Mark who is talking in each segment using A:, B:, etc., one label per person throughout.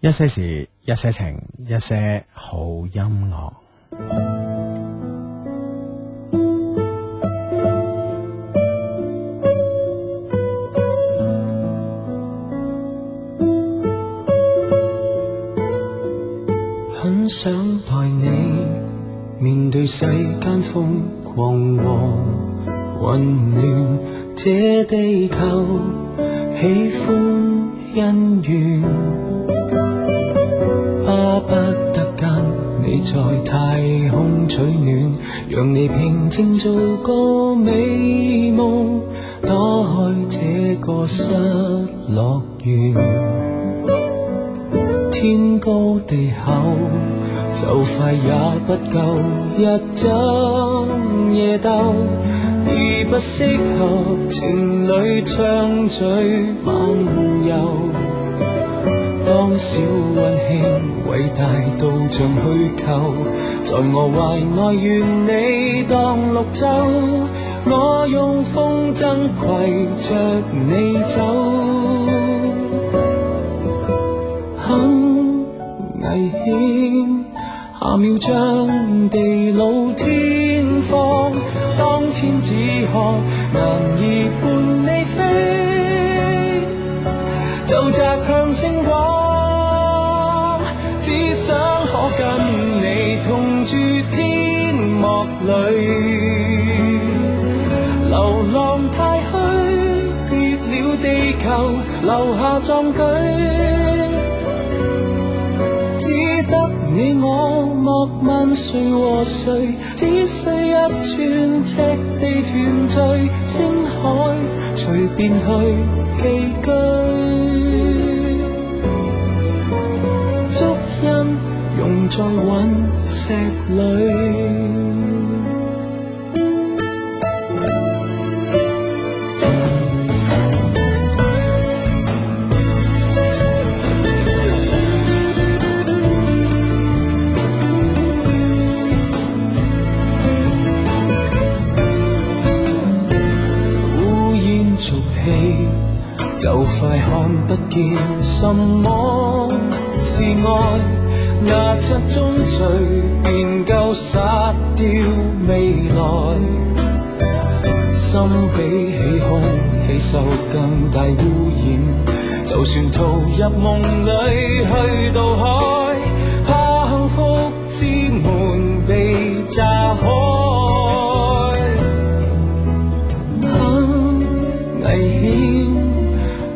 A: 一些事，一些情，一些好音樂。
B: 很想帶你面對世間瘋狂和混亂，這地球喜歡恩怨。巴不得間你在太空取暖，讓你平靜做個美夢，躲開這個失樂園。天高地厚，就快也不夠日爭夜鬥，而不適合情侶暢聚漫遊。當小溫馨偉大到像虛構，在我懷內願你當綠洲，我用風箏攜着你走。很危險，下秒將地老天荒。當千紙鶴難以伴你飛，就擲向星光。只想可跟你同住天幕裏，流浪太虛，別了地球，留下壯舉。只得你我，莫問誰和誰，只需一寸赤地團聚，星海隨便去寄居。足印融在隕石裏。烏煙俗氣，就快看不見什麼是愛。牙刷中隨便夠殺掉未來，心比起空氣受更大污染。就算逃入夢裏去到海，怕幸福之門被炸開。很危險，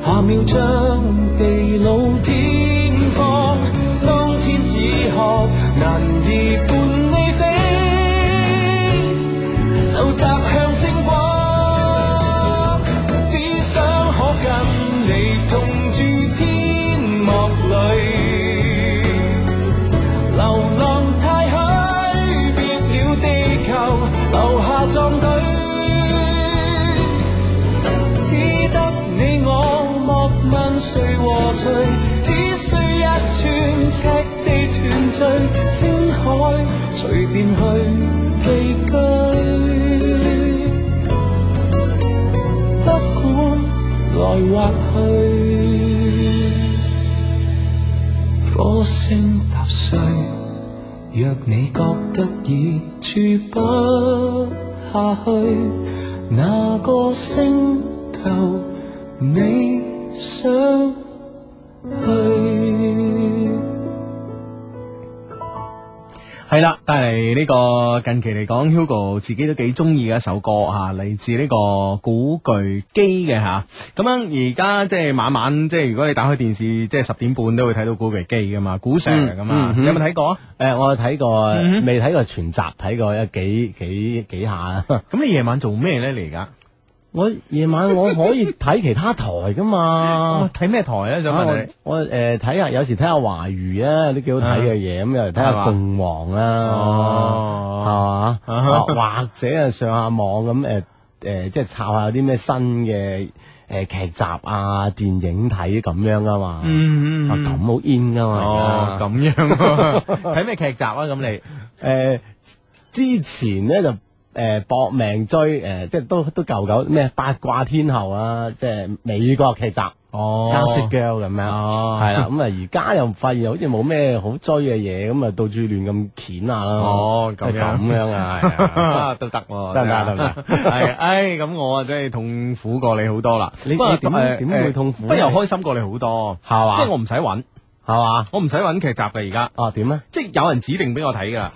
B: 下秒將地老天荒。當千紙鶴難以伴你飛，就擲向星光。只想可跟你同住天幕裏。流浪太虛，別了地球，留下壯舉。只得你我，莫問誰和誰，只需一寸赤地團聚，星海隨便去寄居。不管來或去。火星踏碎。若你覺得已住不下去，那個星球你想去？
A: 係啦，但係呢個近期嚟講，Hugo 自己都幾中意嘅一首歌吓，嚟自呢個古巨基嘅吓。咁樣而家即係晚晚即係如果你打開電視，即係十點半都會睇到古巨基噶嘛，古 Sir 噶嘛，你有冇睇過啊？
C: 诶、呃我睇過，未睇過全集，睇過一幾幾幾下。
A: 咁你夜晚做咩咧？你而家
C: 我夜晚我可以睇其他台噶嘛
A: 哦？睇咩台咧？想
C: 啊
A: 問你。
C: 我我诶睇下，有時睇下華語啊，啲幾好睇嘅嘢，咁有時睇下
A: 係嘛
C: 鳳凰啦，係
A: 哦，
C: 嘛？
A: 啊哈
C: 或者啊上下網咁诶诶，誒即係抄下有啲咩新嘅诶劇集啊、電影睇咁樣噶嘛？
A: 嗯嗯
C: 啊
A: 嗯
C: 咁好 in 噶嘛？
A: 哦
C: 而，家
A: 咁樣啊 睇咩劇集啊？咁你
C: 诶、呃之前咧就诶、呃搏命追诶、呃即系都都舊舊咩八卦天后啊，即係美國劇集。
A: 哦
C: 加色 girl 咁樣，係
A: 哦
C: 啦，咁啊而家又發現好似冇咩好追嘅嘢，咁啊到處亂咁鉗下啦，
A: 哦咁樣
C: 即係咁樣啊，係啊
A: 都得喎，
C: 得唔得得唔得
A: 系，唉，咁我啊真係痛苦過你好多啦。
C: 你
A: 不過
C: 你點
A: 誒
C: 點會
A: 誒
C: 痛苦
A: 不
C: 咧
A: 又開心過你好多，
C: 係嘛
A: 即係我唔使揾，
C: 係嘛？
A: 我唔使揾劇集嘅而家，
C: 哦點咧？
A: 即係有人指定俾我睇 㗎啦。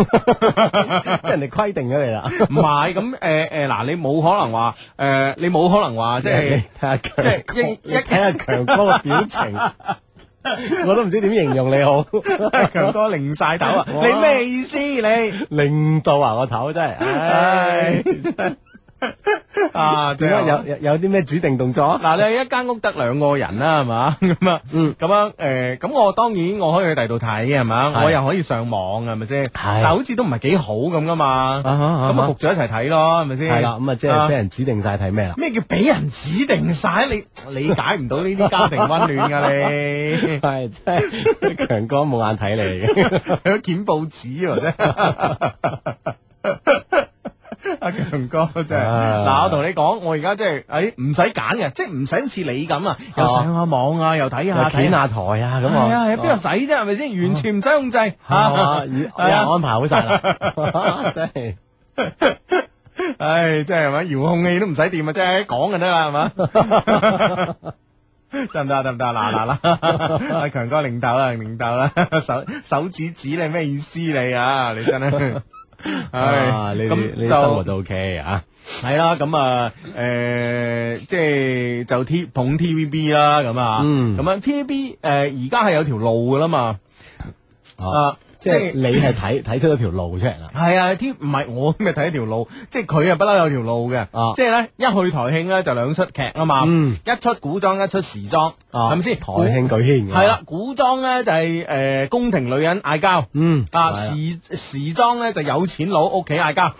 C: 即係人哋規定咗你啦，
A: 唔係咁诶诶，誒嗱、你冇可能話诶、誒你冇可能話即 係
C: 睇下
A: 即
C: 強哥
A: 係一
C: 你睇下強哥嘅表情， 我都唔知點形容你好，
A: 一強哥擰晒頭啊！
C: 哇
A: 你咩意思你？
C: 令到啊我頭真係，唉
A: 唉，，啊，
C: 點
A: 真係
C: 解有有有啲咩指定動作啊？
A: 嗱，你一間屋得兩個人啦，係嘛？ 咁啊，
C: 嗯
A: 咁啊，诶，咁我當然我可以去第度睇係嘛？
C: 係
A: 我又可以上網係咪先？但
C: 啊
A: 好似都唔係幾好咁噶嘛。
C: 哈啊
A: 咁啊，
C: 哈
A: 焗住一齊睇咯，係咪先？
C: 係啦，咁啊即係俾人指定晒睇咩 啦？
A: 咩叫俾人指定晒？你理解唔到呢啲家庭温暖噶你。
C: 系真系强哥冇眼睇 你嘅，
A: 喺度剪報紙啊喎啫。 阿強哥真係，
C: 啊
A: 嗱我同你講，我而家即係，誒唔使揀嘅，即係唔使好似你咁啊，又上下網啊，又睇
C: 哦又
A: 下睇
C: 掀
A: 下，
C: 下台啊咁
A: 係啊，喺
C: 啊，
A: 邊度使啫，係咪先？完全唔使控制，
C: 啊
A: 係啊
C: 又安排好晒 啦，真系
A: 唉，真係咪遙控器都唔使掂啊，即係講就得啦，係嘛？ 得唔得啊？得唔得啊？嗱嗱嗱！ 阿強哥領導啦，領導啦， 手手指指你咩意思你啊？你真 係，唉，
C: 啊！你
A: 咁
C: 哋你哋
A: 就
C: 生活都 OK 啊，
A: 系啦，咁啊，诶、即系就 T 捧 TVB 啦，咁啊，
C: 嗯
A: 咁啊 TVB 诶、而家系有条路噶啦嘛，
C: 啊
A: 啊，
C: 即
A: 即
C: 系
A: 係
C: 你系睇睇出咗条路出嚟啦，
A: 系啊，T 唔系我咪睇条路， 即系佢啊不嬲有条路嘅，
C: 啊
A: 即系咧一去台慶咧就兩出劇啊嘛，
C: 嗯啊
A: 一出古裝一出時裝，係咪先？
C: 台慶舉軒
A: 系啦，，古裝咧就係诶宫廷女人嗌交。
C: 嗯
A: 啊，
C: 係
A: 時時裝咧就有錢佬屋企嗌 交，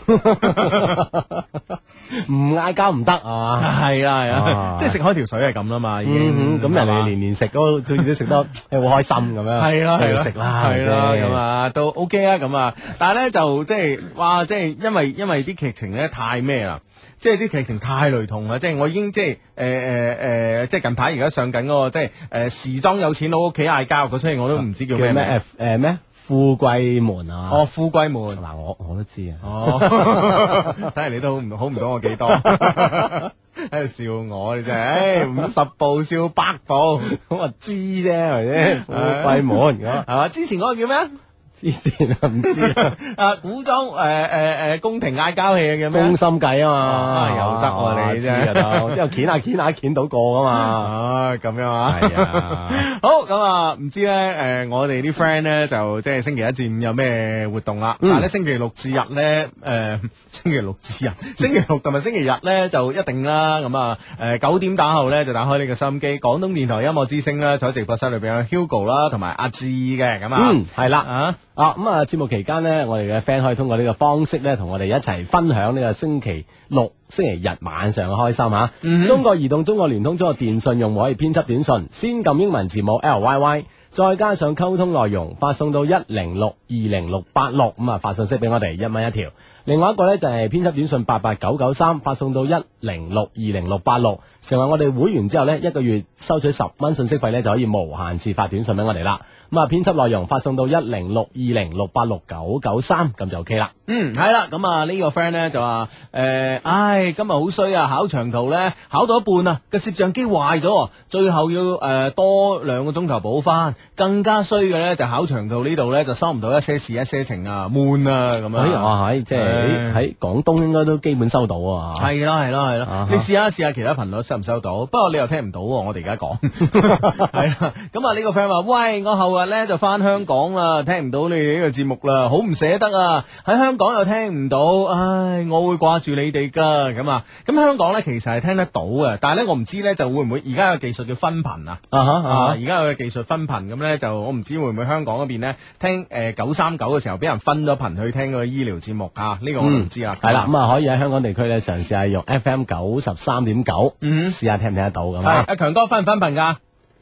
C: 唔嗌交唔得啊嘛。
A: 係啦係
C: 啊
A: 啦，即係食開條水係咁啦嘛，已
C: 嗯
A: 經
C: 哼咁人
A: 係嘛
C: 哋年年食嗰，最都食 得誒好開心咁樣，
A: 系啦，
C: 繼
A: 係
C: 續
A: 啦
C: 啊食啦，
A: 系啦，
C: 係咪先
A: 咁，啊都 OK 啊，咁啊，但系咧就即係哇，即係因為因為啲劇情咧太咩啦，即係啲劇情太雷同啊啦，即係我已經即係诶诶诶，即係近排而家上緊嗰個即係诶時裝有錢佬屋企嗌交嗰出戲，我都唔知叫咩名，
C: 叫咩誒誒咩富貴門啊？
A: 哦，富貴門。
C: 嗱，我我都知啊，
A: 哦， 睇嚟你都好唔好唔到我幾多， 喺度笑我你真係，唉，五十步笑百步，啊
C: 咁我知啫，係 咪先？富貴門咁啊。
A: 係嘛？之前嗰個叫咩啊？
C: 之前啊唔知啊，
A: 啊，古裝诶诶诶宮廷嗌交戲嘅 咩
C: 攻？心計啊嘛
A: 啊，又得喎你真係
C: 知啊都之後鉗下鉗下鉗到過噶嘛，
A: 啊，咁樣啊，
C: 係啊，
A: 好咁啊，唔知咧诶，誒我哋啲 friend 咧就即係星期一至五有咩活動啦，
C: 嗯
A: 但係咧星期六至日咧诶，星期六至日， 星期六同埋星期日咧就一定啦，咁啊诶九點打後咧就打開呢個收音機，廣東電台音樂之聲啦，坐喺直播室裏邊有 Hugo 啦，同埋阿志嘅咁啊
C: 嗯，係啦。
A: 啊。
C: 啊咁啊！節目期間呢，我哋嘅 friend 可以通過呢個方式呢，同我哋一齊分享呢個星期六、星期日晚上嘅開心嚇。中國移動、中國聯通、中國電信用戶可以編輯短信，先撳英文字母 L Y Y，再加上溝通內容，發送到一零六二零六八六咁啊，發信息俾我哋一蚊一條。另外一個呢，就係編輯短信八八九九三，發送到一零六二零六八六，成為我哋會員之後呢，一個月收取十蚊信息費呢，就可以無限次發短信俾我哋啦。咁啊，編輯內容發送到一零六二零六八六九九三，咁就 OK 啦。
A: 嗯，系啦，咁啊呢個 friend 咧就話诶、唉，今日好衰啊，考長途咧考到一半啊，個攝像機壞咗喎，最後要诶、呃多兩個鐘頭補翻，更加衰嘅咧就考長途呢度咧就收唔到一些事一些情啊，悶啊咁
C: 哎呀，
A: 啊。
C: 哇係即係
A: 唉
C: 喺廣東應該都基本收到啊。嚇
A: 係啦係啦係
C: 啊哈
A: 啦，你試下試下其他頻率收唔收到？不過你又聽唔到喎，我哋而家講 係啦。咁啊呢個 friend 話：，喂，我後日咧就翻香港啦，聽唔到你哋呢個節目啦，好唔捨得啊！喺香港又聽唔到，唉，我會掛住你哋噶。咁啊，咁香港咧其實係聽得到嘅，但係咧我唔知咧就會唔會而家有技術叫分頻啊？
C: 啊哈啊
A: 啊！
C: 哈
A: 而家有嘅技術分頻咁咧，就我唔知會唔會香港嗰邊咧聽誒九三九嘅時候，俾人分咗頻去聽個醫療節目啊？呢、個我唔知啊。
C: 系啦，咁啊可以喺香港地區咧嘗試下用 FM 九十三點九，試下聽唔聽得到咁
A: 係
C: 啊。
A: 阿強哥分唔分頻㗎？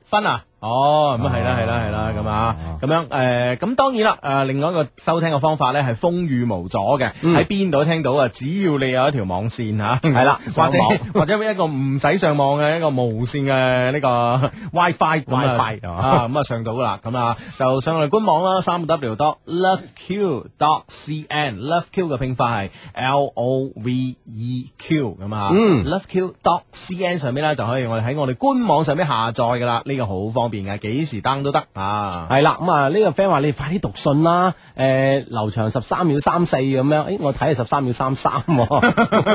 A: 分啊？哦，咁啊係啦，係啦，係啦，咁啊，
C: 哦
A: 咁樣诶，誒咁、當然啦，诶、另外一個收聽嘅方法咧係風雨無阻嘅，
C: 嗯
A: 喺邊度都聽到啊，只要你有一條網線吓，系
C: 啦
A: 或者
C: 嗯 上網
A: 或者一個唔使上網嘅一個無線嘅呢個 WiFi 咁啊
C: WiFi 哦係嘛
A: 啊，咁啊上到㗎啦，咁啊就上我哋官網啦，三 W dot loveq dot cn，loveq 嘅拼法係 L O V E Q 咁啊，
C: 嗯
A: loveq dot cn 上面咧就可以我哋喺我哋官網上面下載噶啦，呢、個好方便嘅，幾時 down 都得啊。
C: 系啦，咁啊呢個 friend 話你快啲讀信啦，诶、劉翔十三秒三四咁樣，诶、我睇係十三秒三三，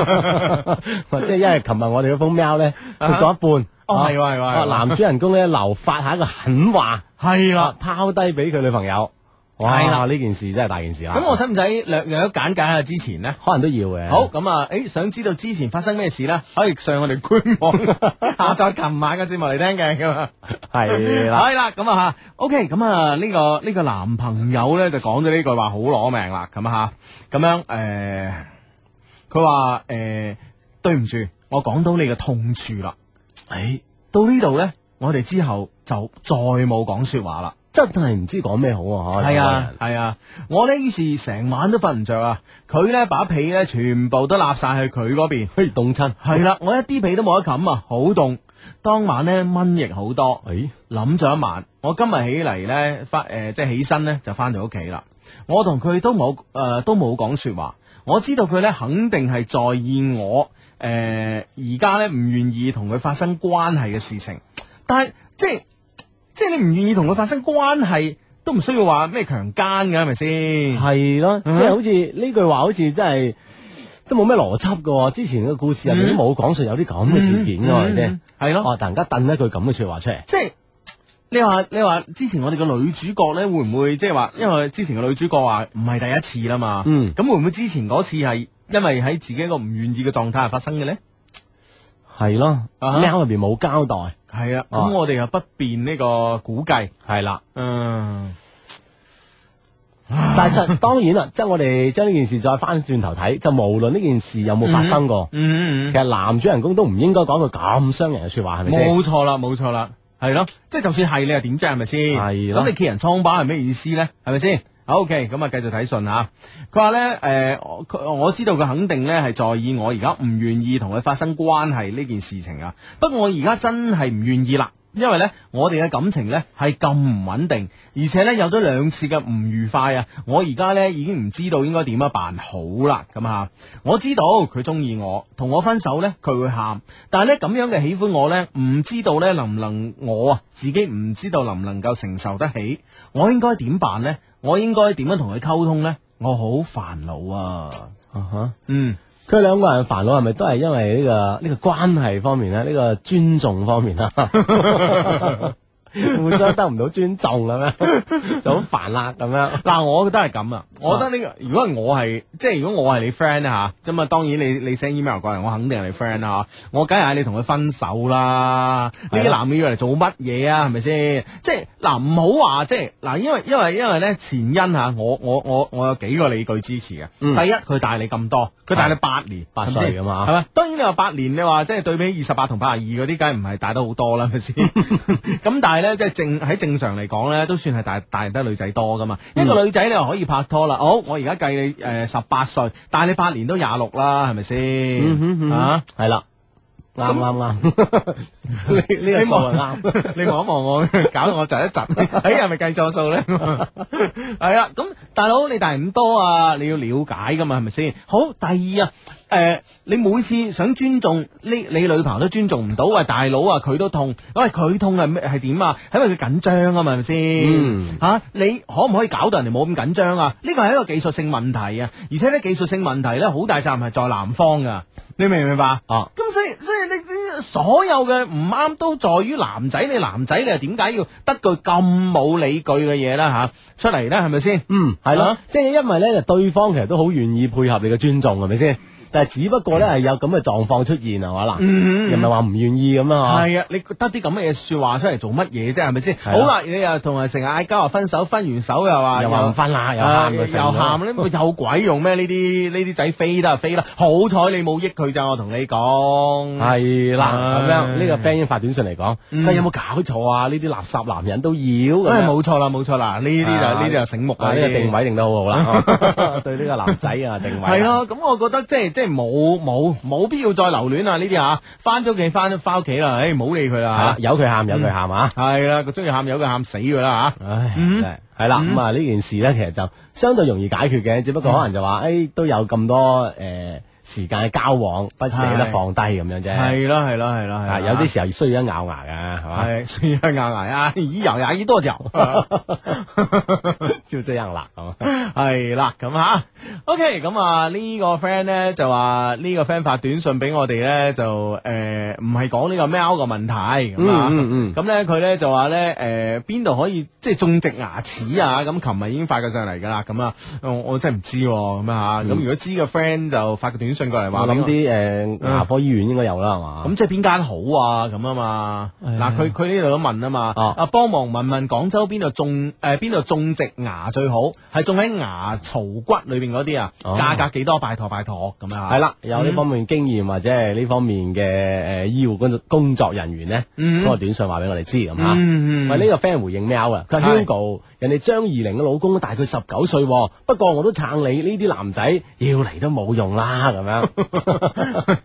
C: 即係因為琴日我哋嗰封 mail 咧讀到一半，
A: 哦
C: 啊
A: 係喎係喎係喎
C: 啊男主人公咧劉發下一個狠話，
A: 係
C: 啊，拋低俾佢女朋友，
A: 係啦
C: 哇呢件事真係大件事啦，
A: 咁我使唔使略略簡介下之前呢？
C: 可能都要嘅，
A: 好咁啊！誒，想知道之前發生咩事呢？可以上我哋官網 下載琴晚嘅節目嚟聽嘅咁啊。
C: 係啦，
A: 系啦，咁啊吓，OK，咁啊呢個呢個男朋友咧就講咗呢句話好攞命啦，咁啊吓，咁樣诶，佢話诶對唔住，我講到你嘅痛處啦，
C: 哎
A: 诶、到呢度咧，我哋之後就再冇講说話啦。
C: 真係唔知講咩好啊，可能
A: 系啊，系啊，我呢於是成晚都瞓唔着啊，佢呢把被呢全部都立晒去佢嗰邊，
C: 有人，嘿凍親，
A: 係啦，我一啲被都冇得冚啊，好凍。當晚呢，蚊亦好多，
C: 诶、
A: 諗咗一晚，我今日起嚟呢，翻诶、即係起身呢，就翻到屋企啦。我同佢都冇诶、呃都冇講说話。我知道佢呢，肯定係在意我诶而家呢，唔願意同佢發生關係嘅事情，但係即係即係你唔願意同佢發生關係，都唔需要話咩強姦㗎，係咪先？
C: 係咯，即
A: 嗯
C: 係好似呢句話，好似真係都冇咩邏輯噶喎。之前嘅故事入面都冇講述有啲咁嘅事件㗎喎，係咪先
A: 嗯？係咯。
C: 哦，突然間掟一句咁嘅说話出嚟，
A: 即係你話你話之前我哋個女主角咧，會唔會即係話，因為之前個女主角話唔係第一次啦嘛，
C: 嗯
A: 咁會唔會之前嗰次係因為喺自己一個唔願意嘅狀態下發生嘅咧？
C: 係咯
A: 啊哈
C: ，mail 入边冇交代，
A: 係啊，
C: 啊
A: 咁我哋又不便呢個估計，
C: 係啦。
A: 嗯，
C: 但係就當然啦，即係我哋將呢件事再翻轉頭睇，就無論呢件事有冇發生過，
A: 嗯
C: 其實男主人公都唔應該講句咁傷人嘅说話，係咪先？
A: 冇錯啦，冇錯啦，係咯，即係就算係你又點啫，係咪先？
C: 係咯
A: 咁你揭人瘡疤係咩意思咧？係咪先？好 OK，咁啊，繼續睇信吓。佢話咧，诶、我佢我知道佢肯定咧係在意我而家唔願意同佢發生關係呢件事情啊。不過我而家真係唔願意啦，因為咧我哋嘅感情咧係咁唔穩定，而且咧有咗兩次嘅唔愉快啊。我而家咧已經唔知道應該點樣辦好啦，咁吓。我知道佢中意我，同我分手咧佢會喊，但係咧咁樣嘅喜歡我咧，唔知道咧能唔能我啊自己唔知道能唔能夠承受得起，我應該點辦呢？我應該點樣同佢溝通呢？我好煩惱啊！
C: 啊哈
A: 嗯，
C: 佢兩個人煩惱係咪都係因為呢、個呢、個關係方面咧，呢、個尊重方面啦，啊 互相得唔到尊重咁樣，就好煩啦咁 樣。
A: 嗱，我覺得係咁啊，我覺得呢、個如果係我係，即係如果我係你 friend 啦吓，咁啊當然你你 send email 過嚟，我肯定係你 friend 啦吓，我梗係嗌你同佢分手啦，呢啲
C: 係啊
A: 男嘅要嚟做乜嘢啊？係咪先？即係嗱，唔好話即係嗱，因為因為因為咧前因吓，我我我我有幾個理據支持嘅，
C: 嗯
A: 第一佢大你咁多，佢大你八年，
C: 八
A: 係咪先
C: 歲㗎啊嘛
A: 係咪？當然你話八年，你話即係對比二十八同八十二嗰啲，梗係唔係大得好多啦，係咪 先？咁但係咧，即係正喺正常嚟講咧，都算係大大得女仔多噶嘛。
C: 嗯
A: 一個女仔你話可以拍拖啦，好，我而家計你誒十八歲，但係你八年都廿六啦，係咪
C: 嗯
A: 先？啊，
C: 系啦，啱啱啱， 呢呢个
A: 你
C: 數係
A: 望
C: 啱。
A: 你望一望我，搞到我窒一窒，哎，係咪計錯數咧？ 係啊，咁大佬你大唔多啊，你要了解噶嘛，係咪先？好，第二啊。誒、你每次想尊重呢，你女朋友都尊重唔到，喂大佬啊，佢都痛，喂佢痛係咩係點啊？係因為佢緊張啊嘛，係咪先？
C: 嗯
A: 吓、你可唔可以搞到人哋冇咁緊張啊？呢個係一個技術性問題啊，而且呢技術性問題呢，好大責任係在男方噶，你明唔明白？
C: 啊
A: 咁所以所以你你所有嘅唔啱都在於男仔，你男仔你又點解要得句咁冇理據嘅嘢啦吓出嚟呢係咪先？
C: 嗯，系
A: 啊
C: 咯，即係因為咧，對方其實都好願意配合你嘅尊重，係咪先？但係只不過咧
A: 嗯
C: 係有咁嘅狀況出現係嘛嗱，又唔係話唔願意咁啊，
A: 系啊，你得啲咁嘅嘢说話出嚟做乜嘢啫？係咪先？
C: 係
A: 好
C: 啊
A: 啦，你又同人成日嗌交啊，分手，分完手又話
C: 又話唔分啦，又喊佢成
A: 啊又喊，呢個有鬼用咩？ 呢啲呢啲仔飛得就飛啦，好彩你冇益佢咋，我同你講。
C: 係啦，咁樣呢個 friend 已經發短信嚟講，
A: 嗯
C: 喂有冇搞錯啊？呢啲垃圾男人都要咁
A: 唉，
C: 樣
A: 冇錯啦，冇錯啦，呢啲就
C: 啊
A: 呢啲就醒目
C: 啊
A: 啦，
C: 呢個
A: 呢啲
C: 定位定得好好啦， 對呢個男仔啊定位
A: 系咯，咁我覺得即係即系冇冇冇必要再留戀啊！呢啲啊，翻咗屋企翻翻屋企啦，唉，唔好理佢
C: 係啦
A: 啦，
C: 啊由佢喊由佢喊啊！
A: 係啦，佢中意喊有佢喊死佢啦吓。
C: 唉，系啦，咁啊呢件事咧，其實就相對容易解決嘅，只不過可能就話，诶都有咁多诶时间嘅交往，不捨得
A: 係
C: 放低咁樣啫。
A: 係啦係啦係啦係啦
C: 啊，有啲時啊候需要一咬牙嘅，係 嘛？
A: 系，所以係 牙牙啊，以油也以多嚼，
C: 就這樣啦，係嘛？
A: 係啦咁吓。OK，咁啊呢個 friend 咧就話呢個 friend 發短信俾我哋咧就诶唔係講呢個喵嘅問題咁啊。
C: 嗯嗯
A: 咁咧佢咧就話咧誒邊度可以即係種植牙齒啊？咁琴日已經發咗上嚟㗎啦，咁啊我我真係唔知喎咁啊嚇。咁如果知嘅 friend 就發個短信過嚟
C: 嗯，
A: 話
C: 我
A: 俾
C: 諗
A: 我。
C: 啲诶牙科醫院應該有啦，係嘛？
A: 咁即係邊間好啊？咁啊嘛，
C: 哎
A: 嗱佢佢呢度都問啊嘛，
C: 哦
A: 啊幫忙問問廣州邊度種誒邊度種植牙最好，係種喺牙槽骨裏邊嗰啲啊，
C: 哦
A: 價格幾多？拜託拜託咁樣啊。
C: 係啦，有呢方面經驗或者係呢方面嘅诶医护工工作人員咧，
A: 嗯
C: 嗰個短信話俾我哋知咁啊吓。
A: 嗯，嗯
C: 喂，呢個 friend 回應喵啊，佢話
A: 係
C: Hugo，人哋張怡玲嘅老公大佢十九歲喎，不過我都撐你呢啲男仔，要嚟都冇用 啦咁
A: 啊
C: 樣。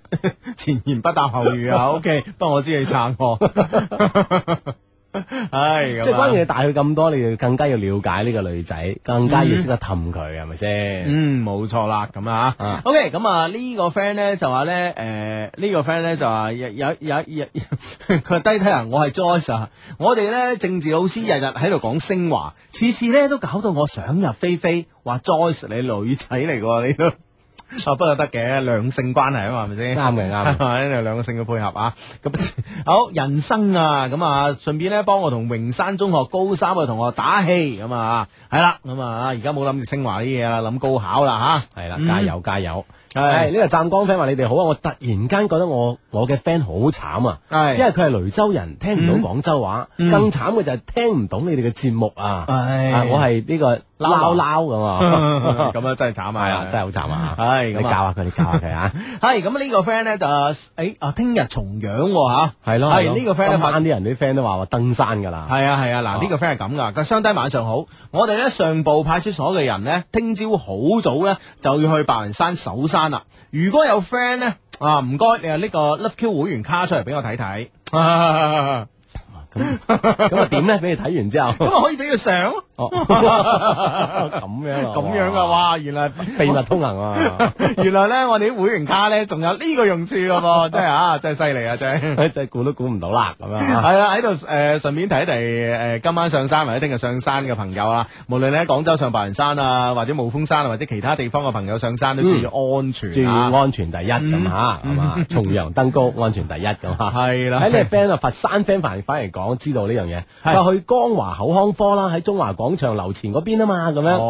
A: 前言不搭後語 啊，OK，不過我知你撐我， 唉，啊
C: 即係關
A: 關
C: 於你大佢咁多，你就更加要了解呢個女仔，更加要識得氹佢，係咪先？
A: 嗯，冇錯啦，咁啊
C: 啊
A: ，OK，咁啊呢個 friend 咧就話咧，诶呢個 friend 咧就話有有有有， 佢話低低啊，我係 Joyce 啊，我哋咧政治老師日日喺度講升華，次次咧都搞到我想入非非，話 Joyce 你女仔嚟喎，你都啊不過得嘅，兩性關係啊嘛，係咪先？
C: 啱嘅，啱 嘅。
A: 係呢度兩個性嘅配合啊，咁 好人生啊，咁啊，順便咧幫我同榮山中學高三嘅同學打氣咁啊，係啦，咁啊，而家冇諗住升華啲嘢啦，諗高考啦
C: 係啦，
A: 嗯
C: 加油加油！
A: 係
C: 係呢個湛江 friend 話你哋好啊，我突然間覺得我我嘅 friend 好慘啊，
A: 係
C: 因為佢係雷州人，聽唔到廣州話，
A: 嗯
C: 更慘嘅就係聽唔懂你哋嘅節目啊！
A: 唉
C: 啊我係呢個
A: 撈
C: 撈撈咁
A: 吓，
C: 啊，
A: 咁啊真係慘
C: 係啊，真係
A: 係
C: 好慘啊！
A: 係
C: 你
A: 咁
C: 教
A: 啊，
C: 下佢，你教下佢啊！
A: 係咁呢個 friend 咧就誒啊，聽日重陽喎嚇。
C: 系咯，
A: 係啊
C: 係
A: 呢個 friend 咧
C: 今
A: 發
C: 晚啲人啲 friend 都話話登山㗎啦，
A: 系啊系啊，嗱呢個 friend 係咁噶，個相低晚上好，我哋咧上部派出所嘅人咧，聽朝好早咧就要去白雲山搜山啦。如果有 friend 咧啊，唔該，你啊呢個 Love Q 會員卡出嚟俾我睇睇，咁
C: 咁啊點咧？俾你睇完 之後，
A: 我可以俾佢上
C: 哦咁樣啊，
A: 咁樣噶， 哇！原來
C: 秘密通行啊，
A: 原來咧，我哋啲會員卡咧仲有呢個用處噶噃，真係啊，真係犀利啊，真係。
C: 真係估都估唔到啦，咁樣 啊。
A: 系啦，喺度诶，誒順便提一提诶、誒今晚上山或者聽日上山嘅朋友啊，無論你喺廣州上白雲山啊，或者霧峰山啊，或者其他地方嘅朋友上山都注意安
C: 嗯注
A: 全
C: 意
A: 啊。
C: 安全第一咁吓，係嘛？重陽登高，安全第一咁吓。
A: 係啦
C: 喺你哋 friend 啊，佛山 friend 反反而講知道呢樣嘢，佢話去江華口腔科啦，喺中華廣場樓前嗰邊啊嘛，咁樣。
A: 哦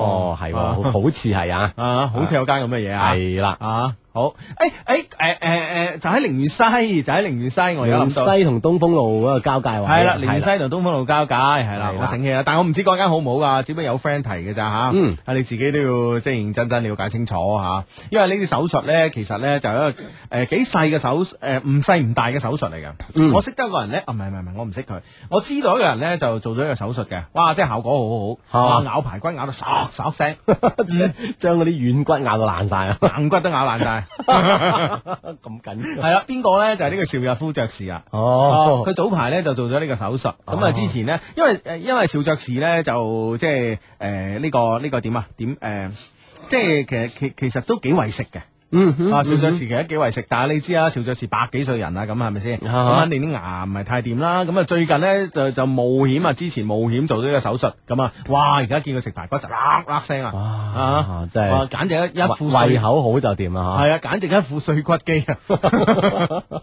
C: 哦，係喎，好好似係啊，
A: 啊，好似有間咁嘅嘢啊。
C: 係啦。
A: 啊，好，诶诶诶诶诶，誒就喺寧園西，就喺寧園西，我而家
C: 龍
A: 諗到。
C: 西同東風路嗰個交界位。啊
A: 係啦， 連西同東風路交界，係啦
C: 係啦，
A: 我醒起啦，但我唔知嗰間好唔好噶，只不過有 friend 提嘅咋吓，
C: 嗯
A: 啊你自己都要即係認真真了解清楚吓，因為呢啲手術咧，其實咧就係一個誒幾細嘅手誒唔細唔大嘅手術嚟嘅。我識得一個人咧，啊唔係唔係唔係，我唔識佢，我知道一個人咧就做咗一個手術嘅，哇，即係效果好好好，
C: 啊
A: 哇咬排骨咬到嗖嗖聲，嗯
C: 將嗰啲軟骨咬到爛晒 啊！
A: 硬骨都咬爛晒，
C: 咁緊要。
A: 係啦，邊個咧就係呢個邵逸夫爵士啊。
C: 哦，
A: 佢早排咧就做咗呢個手術，咁啊
C: 哦
A: 之前咧，因為誒因為邵爵士咧就即係誒呢個呢個點啊點誒，即係其實其其實都幾為食嘅。
C: 嗯
A: 啊，邵爵士其實幾為食，但係你知啊，邵爵士百幾歲人啦，咁係咪先？
C: 啊哈
A: 咁肯定啲牙唔係太掂啦。咁啊，最近咧就就冒險啊，之前冒險做咗呢個手術，咁啊，哇！而家見佢食排骨就啦啦聲啊，啊
C: 啊，真係
A: 哇簡直一一副
C: 胃口好就掂啦
A: 啊係啊，簡直一副碎骨機啊！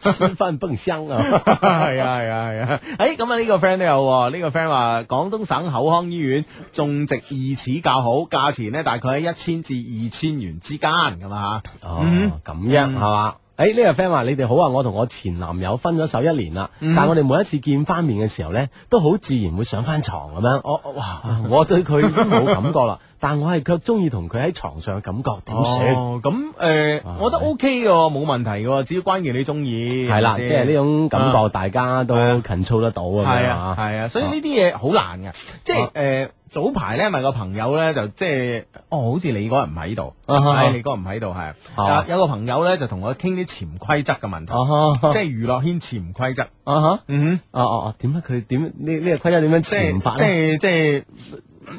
C: 吃饭蹦 香啊！
A: 系啊系啊系啊！诶，咁啊呢个 friend 都有喎，呢、個个 friend 話廣東省口腔醫院種植義齒較好，價錢呢大概喺一千至二千元之間咁啊。
C: 哦，咁樣
A: 嗯
C: 係嘛？誒呢個 friend 話：你哋好啊！我同我前男友分咗手一年啦，
A: 嗯
C: 但係我哋每一次見翻面嘅時候呢，都好自然會上翻床咁樣。
A: 哦
C: 我我哇，我對佢已經冇感覺啦，但我係卻中意同佢喺床上嘅感覺，點算？
A: 哦，咁诶，
C: 啊
A: 我覺得 O K 嘅喎，冇問題嘅喎，只要關鍵你中意。
C: 係啦，即係呢種感
A: 啊
C: 覺，大家都
A: 係啊
C: control 得到咁
A: 系
C: 樣
A: 啊，
C: 啊！
A: 係啊，所以呢啲嘢好難嘅，即係
C: 啊
A: 诶。早排咧，咪個朋友咧就即係，哦，好似你嗰日唔喺度，
C: 啊哈
A: 係你嗰日唔喺度，係
C: 啊
A: 有有個朋友咧就同我傾啲潛規則嘅問題，
C: 啊哈
A: 即係娛樂圈潛規則。
C: 啊哈！
A: 嗯
C: 哦哦哦，點解佢點呢呢個規則點樣
A: 即係
C: 前法
A: 即
C: 咧？
A: 係即係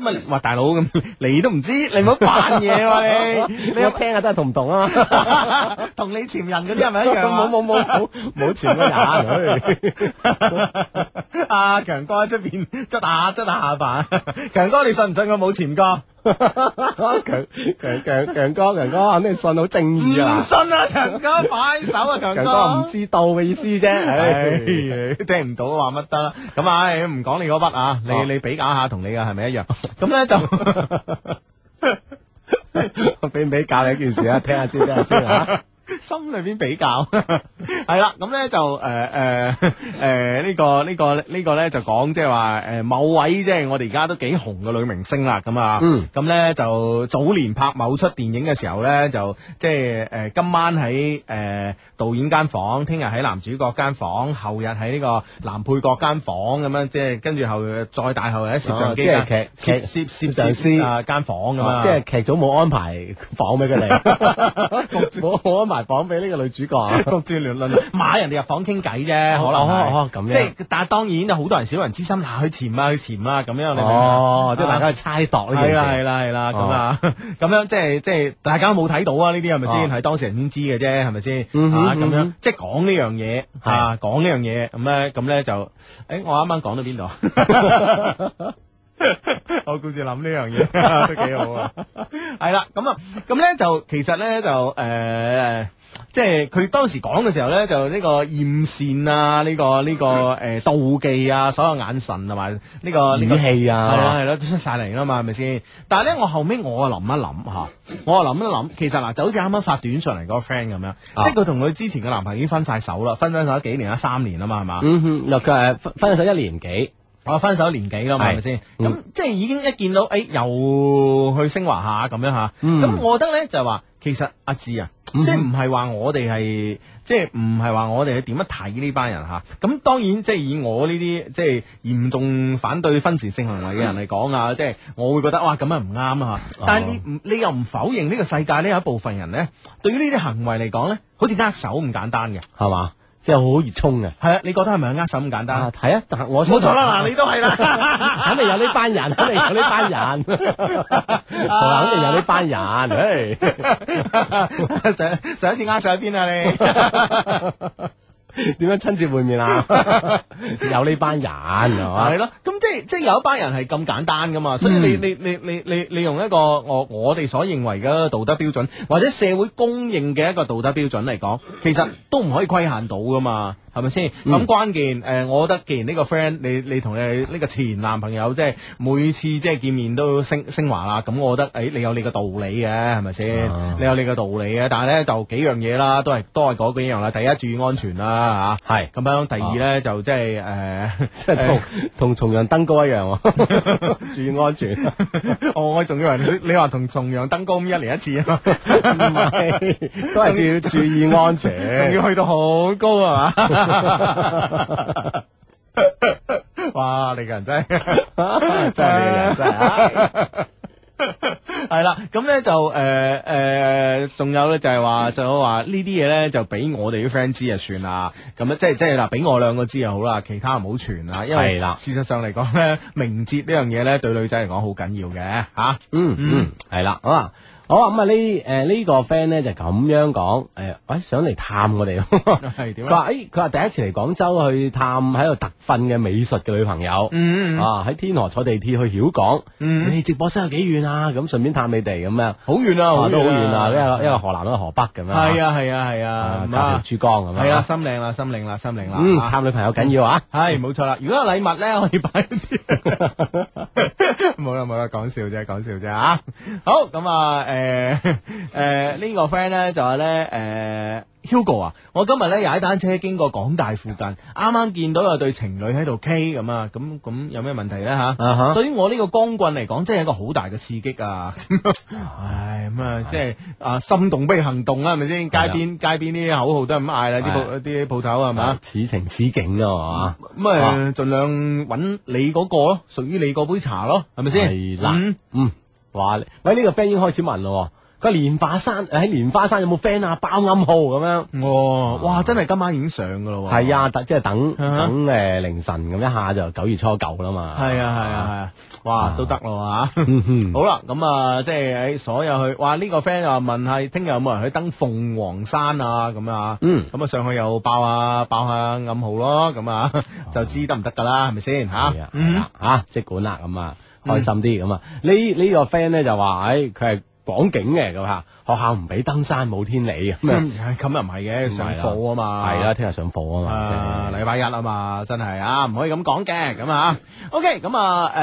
A: 乜話大佬咁， 你都唔知，你唔好扮嘢喎你，
C: 你一聽下都係同唔同啊 嘛？
A: 同你潛人嗰啲係咪一樣啊
C: 冇冇冇冇冇前嗰 人，啊唉
A: 阿啊強哥喺出边捽下捽下下巴， 強哥你信唔信我冇潛過？
C: 強強強強哥強哥，肯定信好正義啊！
A: 唔信啊，強哥快手啊，強
C: 強哥唔
A: 哥。
C: 知道嘅意思 啫，
A: 唉
C: 唉，
A: 聽唔到話乜得啦，咁啊，唉唔講你嗰筆啊，
C: 哦
A: 你你比較下同你嘅係咪一樣？咁咧就
C: 俾唔俾教你一件事啊？聽下先，聽下先啊！
A: 心裏邊比較， 係啦，咁咧就 誒誒誒呢個呢個呢個咧就講即係話誒某位即係我哋而家都幾紅嘅女明星啦，咁啊，
C: 嗯
A: 咁咧就早年拍某出電影嘅時候咧，就即係誒今晚喺誒導演間房，聽日喺男主角間房，後日喺呢個男配角間房咁樣，即係跟住後日再大後日喺攝像機
C: 哦
A: 間
C: 即係劇劇
A: 攝攝攝
C: 攝像師
A: 攝啊間房咁啊，
C: 即係劇組冇安排 房俾佢 哋，冇冇安排房俾呢個女主角 啊！
A: 焗住亂論，買人哋入房傾偈啫，可能係
C: 哦哦咁樣
A: 即係但係當然就好多人小人之心，嗱去潛啦，啊去潛啦，咁樣你明唔明啊
C: 哦，即係大家去猜度呢件
A: 係啦係。
C: 事哦
A: 啦係啦，咁啊 咁樣即係即係大家冇睇到啊呢啲係咪先？係當事人先知嘅啫，係咪先？
C: 嗯哼
A: 啊咁樣
C: 嗯哼
A: 即係講呢樣嘢
C: 係
A: 啊，講呢樣嘢咁咧咁咧就，誒我啱啱講到邊度？ 我顧住諗呢樣嘢 都幾好啊！係啦，咁啊，咁咧就其實咧就誒。呃即係佢當時講嘅時候咧，就呢個艷羨啊，呢、個呢、個誒、呃妒忌啊，所有眼神同埋呢個呢個
C: 語氣啊
A: 係啦係啦，都出晒嚟啦嘛，係咪先？但係咧，我後尾我啊諗一諗吓，我啊諗一諗，其實嗱，就好似啱啱發短信嚟嗰個 friend 咁樣，即係佢同佢之前嘅男朋友已經分晒手啦，分咗手幾年啦，三年啦啊嘛，係嘛？
C: 嗯哼，嗱佢係分分手一年幾，
A: 我分哦手年幾啦嘛，
C: 係
A: 係咪先？
C: 嗯
A: 咁即係已經一見到，誒、又去升華下咁樣吓。咁我覺得咧就係話，其實阿志啊，即係唔係話我哋係，即係唔係話我哋係點樣睇呢班人吓。咁當然即係以我呢啲即係嚴重反對婚前性行為嘅人嚟講啊，即係我會覺得哇咁啊唔啱啊吓。但係你唔你又唔否認呢個世界呢有一部分人咧，對於呢啲行為嚟講咧，好似握手咁簡單嘅。
C: 係嘛？即係好熱衷嘅。
A: 係啊，你覺得係咪握手咁簡單
C: 啊，？係啊，但係我
A: 冇錯啦，嗱，你都係 啦。
C: 肯定有呢班人，肯定有呢班人，肯定有呢班人， 唉。
A: 上上一次握手喺邊啊你？
C: 点样亲自会面啊？ 有呢班人系嘛
A: 係？咯，咁即係即係有一班人係咁簡單噶嘛，所以你你你你你你用一個我我哋所認為嘅道德標準，或者社會公認嘅一個道德標準嚟講，其實都唔可以規限到噶嘛，係咪先？咁關鍵誒，我覺得既然呢個 friend 你你同你呢個前男朋友即係每次即係見面都升升華啦，咁我覺得誒你有你嘅道理嘅係咪先
C: 啊？
A: 你有你嘅道理嘅，但係咧就幾樣嘢啦，都係都係嗰幾樣啦。第一注意安全啦嚇，
C: 係
A: 咁樣。第二咧就即係誒。
C: 即系同同重阳登高一样喎， 注意安全。
A: 哦，我仲以為你你話同重陽登高咁一年一次啊，
C: 唔係都系注注意安
A: 仲
C: 全。
A: 要去到好高啊 嘛！哇！你個人真係
C: 真系人真系，
A: 係啦，咁咧就誒誒，仲有咧就係話，仲有話呢啲嘢咧就俾我哋啲 friend 知就算啦。咁啊咧即係即係嗱，俾我兩個知就好啦，其他唔好傳啦。因為
C: 係啦
A: 事實上嚟講 咧，名節呢樣嘢咧對女仔嚟講好緊要嘅嚇。
C: 嗯嗯嗯，系啦，好啊。好啊，咁啊呢诶呢個 friend 咧就咁樣講，诶、喂想嚟探 我哋喎。
A: 系点啊？
C: 佢話：，哎诶，佢話第一次嚟廣州去探喺度特訓嘅美術嘅女朋友，
A: 嗯嗯嗯
C: 啊，喺天河坐地鐵去曉港，
A: 嗯
C: 你哋直播室有幾遠啊？咁順便探你哋咁樣，啊
A: 好远啊，
C: 都好遠
A: 遠
C: 啊，一個一個河南，一個河北咁樣，
A: 系，啊系啊系
C: 啊
A: 啊，
C: 隔條珠江咁樣，
A: 系啊，，心領啦，心領啦，心領啦。
C: 嗯，
A: 啊
C: 探女朋友緊要啊，
A: 系冇錯啦，如果有禮物咧，可以擺啲。 冇啦冇啦，講笑啫，講笑啫啊！好咁啊，诶、诶、呢個 friend 咧就係咧诶。Hugo 啊，我今日咧踩單車經過港大附近，啱啱見到有對情侶喺度 K 咁啊，咁咁有咩問題咧吓？
C: 啊哈
A: 對於我呢個光棍嚟講，真係一個好大嘅刺激啊！唉，咁啊，即係啊，心動不如行動啦，係咪先？街邊街邊啲口號都係咁嗌啦，啲鋪啲鋪頭係嘛
C: 啊？此情此景咯，
A: 咁啊，盡量揾你嗰個咯，屬於你嗰杯茶咯，係咪先？
C: 係啦
A: 嗯
C: 嗯，哇！你喂，呢、個 friend 已經開始問咯喎，佢話蓮花山喺蓮花山有冇 friend 啊？包暗號咁樣。
A: 哦，哇！真係今晚已經上噶咯喎。
C: 啊係啊，等即係等
A: 啊哈
C: 等誒凌晨咁一下就九月初九啦嘛。
A: 係啊，係啊，係啊，哇，都得咯嚇。
C: 嗯 哼，
A: 好啦，咁啊，即係喺所有去，哇！呢個 friend 又問係聽日有冇人去登鳳凰山啊？咁啊，
C: 嗯
A: 咁啊上去又爆下爆下暗號咯，咁 啊就知得唔得㗎啦，係咪先嚇
C: 係啊，？係
A: 嗯
C: 啦，嚇，即管啦咁啊，開心啲咁啊。呢呢個 friend 咧就話，誒佢係廣警嘅咁嚇，學校唔俾登山冇天理咁樣。
A: 嗯咁又唔係嘅，上
C: 係啦
A: 課啊嘛。
C: 係啦，聽日上課
A: 啊
C: 啊嘛，真係
A: 禮拜一啊嘛，真係啊，唔可以咁講嘅咁啊。OK，咁啊，誒、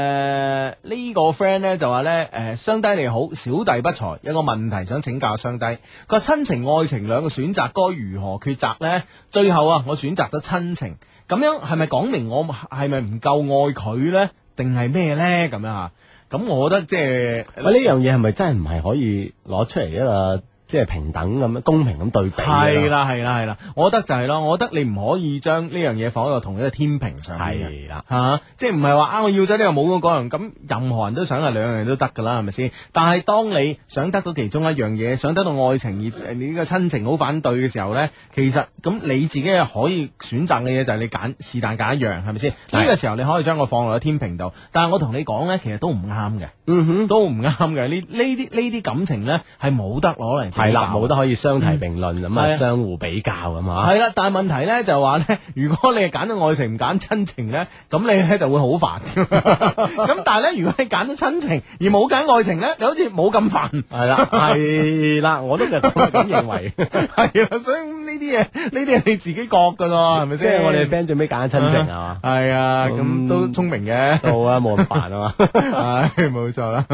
A: 呢、個 friend 咧就話咧，誒、雙低你好，小弟不才，有個問題想請教雙低。佢話親情、愛情兩個選擇該如何抉擇呢？最後啊，我選擇咗親情，咁樣係咪講明我係咪唔夠愛佢呢？定係咩呢？咁樣啊？咁我覺得即係。
C: 喂，呢樣嘢係咪真係唔係可以攞出嚟一個即係平等咁樣公平咁對比啊㗎啦？
A: 係啦，係啦，係啦，我覺得就係咯，我覺得你唔可以將呢樣嘢放喺個同一個天平上面嘅
C: 係啊啦。
A: 吓、即系唔係話啊，我要咗呢個冇嗰個人，咁任何人都想係啊兩樣嘢都得㗎啦，係咪先？但係當你想得到其中一樣嘢，想得到愛情而呃你呢個親情好反對嘅時候呢，其實咁你自己係可以選擇嘅嘢就係你揀是但揀一樣，係咪先？呢個時候你可以將我放落去天平度，但係我同你講呢，其實都唔啱嘅，
C: 嗯哼。
A: 都唔啱嘅。呢呢啲呢啲感情呢，係冇得攞嚟比較
C: 係啦，冇得可以相提並論咁
A: 係啊
C: 啊，相互比較咁啊。
A: 系啦，但系问题咧就話咧， 如果你係揀咗愛情唔揀親情咧，咁你咧就會好煩。 咁但係咧，如果你揀咗親情而冇揀愛情咧，你好似冇咁煩。
C: 系啦，系啦，我都就咁咁认为，
A: 係啊，所以呢啲嘢，呢啲係你自己覺噶咯，係咪
C: 即系
A: 先？
C: 我哋 friend 最尾拣亲情系嘛，
A: 係啊，咁
C: 嗯
A: 都聰明 嘅，
C: 到啊冇咁煩啊嘛。
A: 唉，冇錯啦。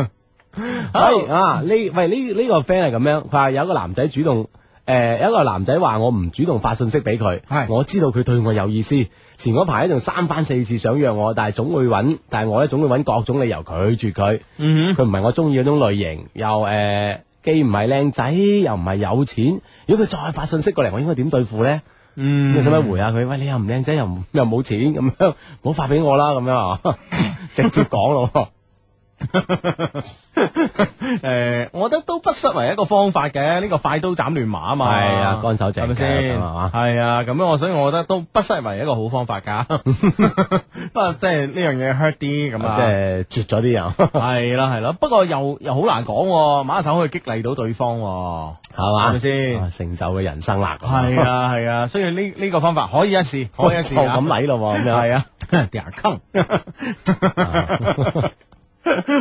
C: 喂啊，呢喂呢呢个 friend 系咁樣，佢話有一個男仔主動，诶有一個男仔話我唔主動發信息俾佢
A: 係，
C: 我知道佢對我有意思，前嗰排咧仲三番四次想約我，但係總會揾，但係我咧總會揾各種理由拒絕佢，
A: 嗯
C: 佢唔係我中意嗰種類型，又诶既唔係靚仔，又唔係有錢，如果佢再發信息過嚟，我應該點對付咧？咁
A: 嗯
C: 你使唔使回下啊佢？喂，你又唔靚仔，又唔又冇錢咁樣，唔好發俾我啦咁樣 啊，直接講咯。
A: 诶、我覺得都不失為一個方法嘅，呢、個快刀斬亂麻啊嘛，
C: 係啊乾手淨腳
A: 係咪先？
C: 咁啊嘛
A: 係啊，咁我所以我覺得都不失為一個好方法 㗎。 不過即係呢樣嘢 hurt 啲咁啊，
C: 即係絕咗啲啊人，
A: 係啦係啦，不過又又好難講喎，馬手可以激勵到對方喎，
C: 係
A: 係
C: 嘛？
A: 咪
C: 啊
A: 先？
C: 成就嘅人生啦，咁
A: 係， 啊係啊，所以呢呢、個方法可以一試，可以一
C: 就
A: 試啊
C: 哦咁嚟咯喎，咁樣
A: 係啊，掉下 坑。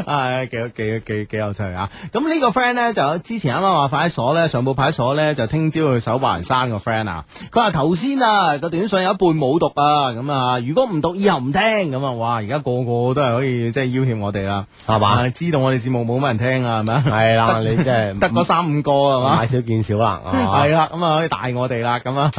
A: 啊，幾幾幾幾有趣啊！咁呢個 friend 咧就之前啱啊啱話派出所咧，上報派出所咧就聽朝去搜白雲山個 friend 啊，佢話頭先啊個短信有一半冇讀啊，咁啊如果唔讀以後唔聽咁啊，哇！而家個個都係可以即係要挾我哋啦，
C: 係嘛？
A: 啊知道我哋節目冇乜人聽啊，係咪啊？
C: 係啦，你即係
A: 得嗰三五個係嘛？
C: 買少見 少啦，係嘛
A: 系啦，咁啊可以大我哋啦，咁啊，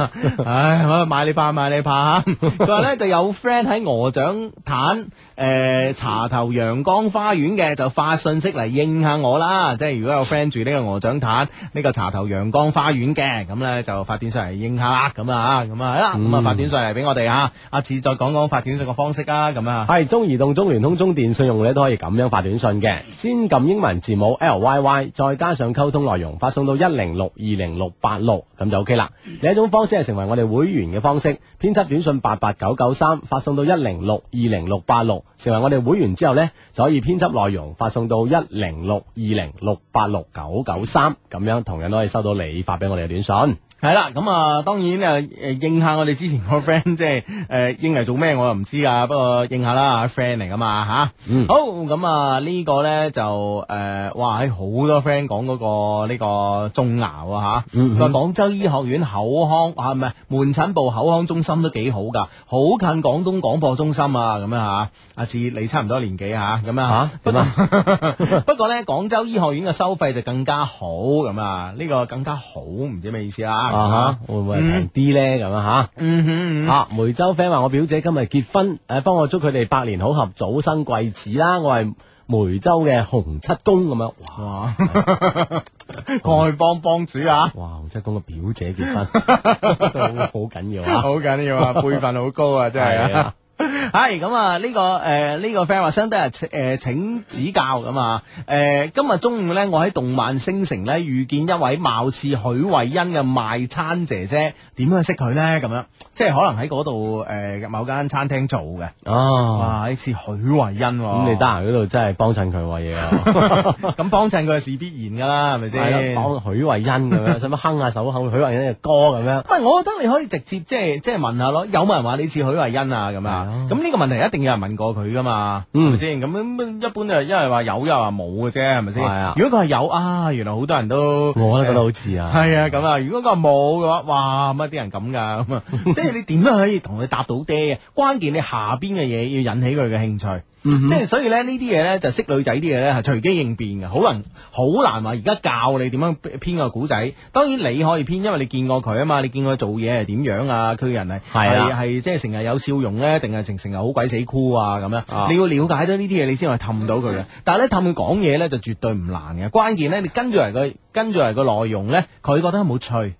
A: 唉，我買你怕買你怕吓。佢話咧就有 friend 喺鵝掌坦诶茶頭陽光花園嘅，就發信息嚟應下我啦。即係如果有 friend 住呢個鵝掌坦呢個茶頭陽光花園嘅，咁咧就發短信嚟應下啦。咁啊，咁啊係啦，咁啊發短信嚟俾我哋啊。阿志再講講發短信嘅方式啊，咁啊。
C: 係中移動、中聯通、中電信用戶咧都可以咁樣發短信嘅，先撳英文字母 L Y Y，再加上溝通內容，發送到一零六二零六八六咁就 OK 啦。另一種方式係成為我哋會員嘅方式，編輯短信八八九九三，發送到一零六二零六八六，成為我哋會員之後呢，就可以編編輯內容發送到一零六二零六八六九九三，咁樣同樣都可以收到你發俾我哋嘅短信。
A: 系啦，咁啊，當然誒誒應下我哋之前個 friend，即係誒應嚟做咩我又唔知啊，不過應下啦，friend 嚟噶嘛吓，
C: 嗯
A: 好，咁啊呢個咧就誒、哇喺好多 friend 講嗰、個呢、個中牙喎吓，
C: 嗯
A: 佢話廣州醫學院口腔啊唔係門診部口腔中心都幾好噶，好近廣東廣播中心啊咁樣吓，阿志你差唔多年紀吓，咁啊
C: 嚇
A: 不
C: 點
A: 過
C: 啊
A: 不過咧廣州醫學院嘅收費就更加好咁啊，呢、個更加好唔知咩意思啦。
C: 啊吓，會唔會係平啲咧？咁樣啊吓。
A: 嗯哼嗯哼，
C: 啊！梅州 friend 話我表姐今日結婚，诶，帮我祝佢哋百年好合，早生貴子啦！我係梅州嘅洪七公咁樣，哇
A: 哇，丐幫幫主啊！
C: 哇！洪七公嘅表姐結婚，都好緊要 啊！
A: 好緊要 啊，輩分好高啊，真係
C: 係
A: 啊
C: 啊！
A: 系咁啊！呢個诶呢個 friend 話相低啊，诶請指教咁啊！诶今日中午呢，我喺動漫星城呢遇見一位貌似許慧欣嘅賣餐姐姐，點樣識佢呢？咁樣即係可能喺嗰度诶某間餐廳做嘅。
C: 哦，
A: 哇！呢次許慧欣喎
C: 咁你得閒嗰度真係幫襯佢喎嘢啊喎，
A: 咁幫襯佢係事必然㗎啦，係咪
C: 係
A: 先？
C: 咯，幫許慧欣咁樣，使乜哼下手哼許慧欣嘅歌咁樣？
A: 喂，我覺得你可以直接即係即係問下咯，有冇人話你似許慧欣啊咁啊？咁呢個問題一定有人問過佢噶嘛，係
C: 嗯
A: 咪先？咁咁一般就一係話有，一係話冇嘅啫，係咪先
C: 係啊？
A: 如果佢係有啊，原來好多人都
C: 我都覺得好似啊，
A: 係啊咁啊。如果佢話冇嘅話，哇乜啲人咁㗎咁啊？即係你點樣可以同佢搭到爹啊？關鍵你下邊嘅嘢要引起佢嘅興趣。即係所以咧，呢啲嘢咧就識女仔啲嘢咧係隨機應變嘅，好難好難話而家教你點樣編個古仔。當然你可以編，因為你見過佢啊嘛，你見過佢做嘢係點樣啊，佢人係
C: 係啊
A: 係即係成日有笑容咧，定係成成日好鬼死酷啊咁樣。
C: 啊
A: 你要了解到呢啲嘢，你先可以氹到佢嘅。但係咧氹佢講嘢咧就絕對唔難嘅，關鍵咧你跟住嚟個跟住嚟個內容咧，佢覺得冇趣，呢、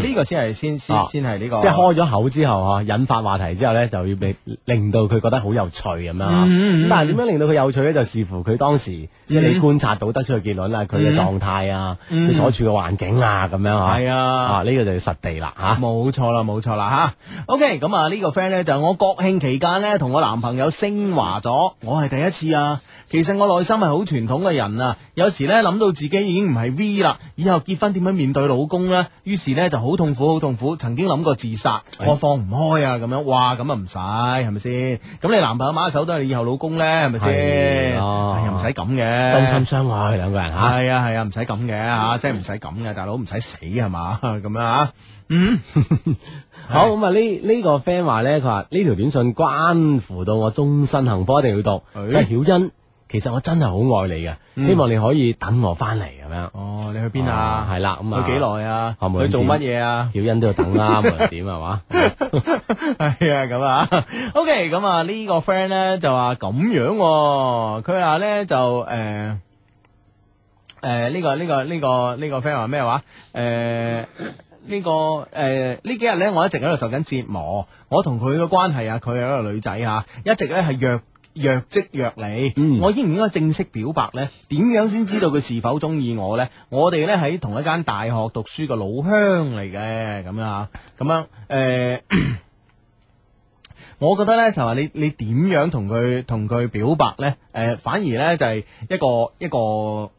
C: 嗯
A: 個先係先先
C: 啊
A: 先係呢個
C: 即係開咗口之後啊，引發話題之後咧，就要令令到佢覺得好有趣咁樣啊。
A: 嗯嗯嗯
C: 咁但係點樣令到佢有趣咧，就視乎佢當時即係你觀察到得出嘅結論啦，佢嘅狀態啊，
A: 嗯
C: 佢所處嘅環境啊，咁樣啊。
A: 係啊
C: 啊，呢個就要實地啦嚇。
A: 冇錯啦，冇錯啦吓。OK，咁啊呢個 friend 呢，就我國慶期間呢，同我男朋友升華咗，我係第一次啊。其實我內心係好傳統嘅人啊，有時呢，諗到自己已經唔係 V 啦，以後結婚點樣面對老公呢？於是呢，就好痛苦，好痛苦。曾經諗過自殺，
C: 哎
A: 我放唔開啊咁樣。哇，咁啊唔使係咪先？咁你男朋友馬手都係你以後老公呢，係咪先？
C: 係啊
A: 哎呀唔使咁嘅，
C: 真心相愛兩個人嚇。
A: 系啊系啊，唔使咁嘅吓，即系唔使咁嘅，大佬唔使死系嘛，咁样啊，嗯，
C: 好咁啊！呢呢個 friend 話咧，佢話呢條短信關乎到我終身幸福，一定要讀。
A: 哎
C: 佢話曉欣，其實我真係好愛你嘅，希望你可以等我翻嚟咁樣。
A: 哦，你去边啊？
C: 係啦，咁啊，
A: 去幾？耐啊？
C: 啊無論
A: 去做乜嘢
C: 點
A: 啊？
C: 曉欣都要等啦，無論點係嘛。
A: 係啊，咁啊，OK，咁啊呢個 friend 咧就話咁樣喎，佢話咧就誒。呃誒呢個呢個呢個呢個 friend 話咩話？誒呢個誒呢幾日咧，我一直喺度受緊折磨。我同佢嘅關係啊，佢係一個女仔嚇，一直咧係若若即若離。
C: 嗯
A: 我應唔應該正式表白呢？點樣先知道佢是否中意我呢？我哋咧喺同一間大學讀書嘅老鄉嚟嘅，咁樣啊，咁樣誒。我覺得呢，就話你你點樣同佢同佢表白呢？誒、反而呢，就係、一個一個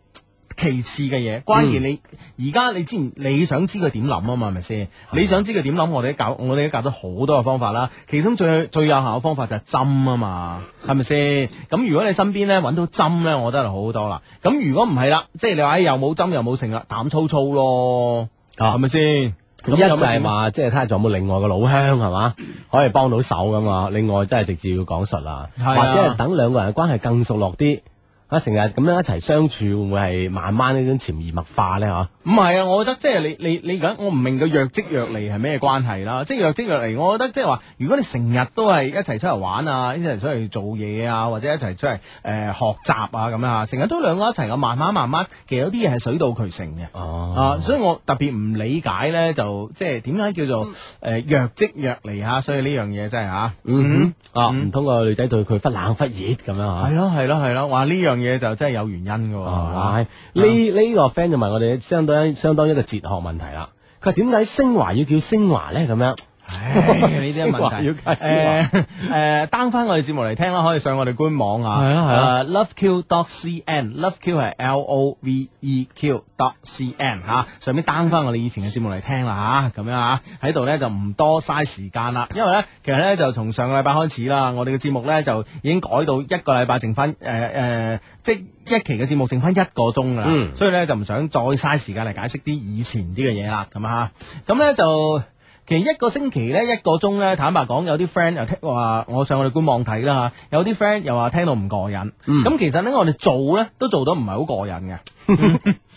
A: 其次嘅嘢，關鍵你而家你知唔你想知佢點諗啊嘛，係咪先？你想知佢點諗，我哋都教我哋都教咗好多嘅方法啦。其中最最有效嘅方法就係針啊嘛，係咪先？咁如果你身邊咧揾到針咧，我覺得就好好多啦。咁如果唔係啦，即係你話哎又冇針又冇成啦，膽粗粗咯，
C: 啊
A: 係咪先？
C: 咁一
A: 有
C: 就
A: 乜點
C: 係話，即係睇下仲有冇另外個老鄉係嘛，可以幫到手咁啊。另外真係直接要講述啦，
A: 係啊
C: 或者係等兩個人嘅關係更熟絡啲，啊成日咁樣一齊相處，會唔會係慢慢呢種潛移默化咧？嚇，
A: 唔係啊，我覺得即係你你你而家我唔明個若即若離係咩關係啦，即係若即若離，我覺得即係話，如果你成日都係一齊出嚟玩啊，一齊出嚟做嘢啊，或者一齊出嚟誒、呃、學習啊咁樣啊，成日都兩個一齊嘅，慢慢慢慢，其實有啲嘢係水到渠成嘅。
C: 哦，
A: 啊，所以我特別唔理解咧，就即係點解叫做誒、呃若即若離嚇，所以呢樣嘢真係嚇。
C: 嗯哼，啊，唔通個女仔對佢忽冷忽熱咁樣嚇
A: 係。咯係咯係咯，哇！呢樣嘢就真係有原因嘅喎。
C: 啊，呢呢個 friend 就問我哋相當相當一個哲學問題啦。佢話點解升華要叫升華咧？咁樣
A: 唉，啊呢啲
C: 昇華
A: 問
C: 要
A: 題
C: 介。
A: 誒
C: 紹
A: 誒，down 翻我哋節目嚟聽啦，可以上我哋官網啊。
C: 係啊係啊
A: 啊，loveq dot cn，love q 係 l o v e q dot c n 嚇，上面 down 翻我哋以前嘅節目嚟聽啦嚇，咁樣啊，喺度咧就唔多嘥時間啦，因為咧其實咧就從上個禮拜開始啦，我哋嘅節目咧就已經改到一個禮拜剩翻誒誒，即一期嘅節目剩翻一個鐘噶啦，
C: 嗯
A: 所以咧就唔想再嘥時間嚟解釋啲以前啲嘅嘢啦，咁啊，咁咧就。其實一個星期咧一個鐘咧，坦白講有啲 friend 又聽話，我上我哋官網睇啦嚇，有啲 friend 又話聽到唔過癮。咁、
C: 嗯
A: 其實咧，我哋做咧都做到唔係好過癮 嘅。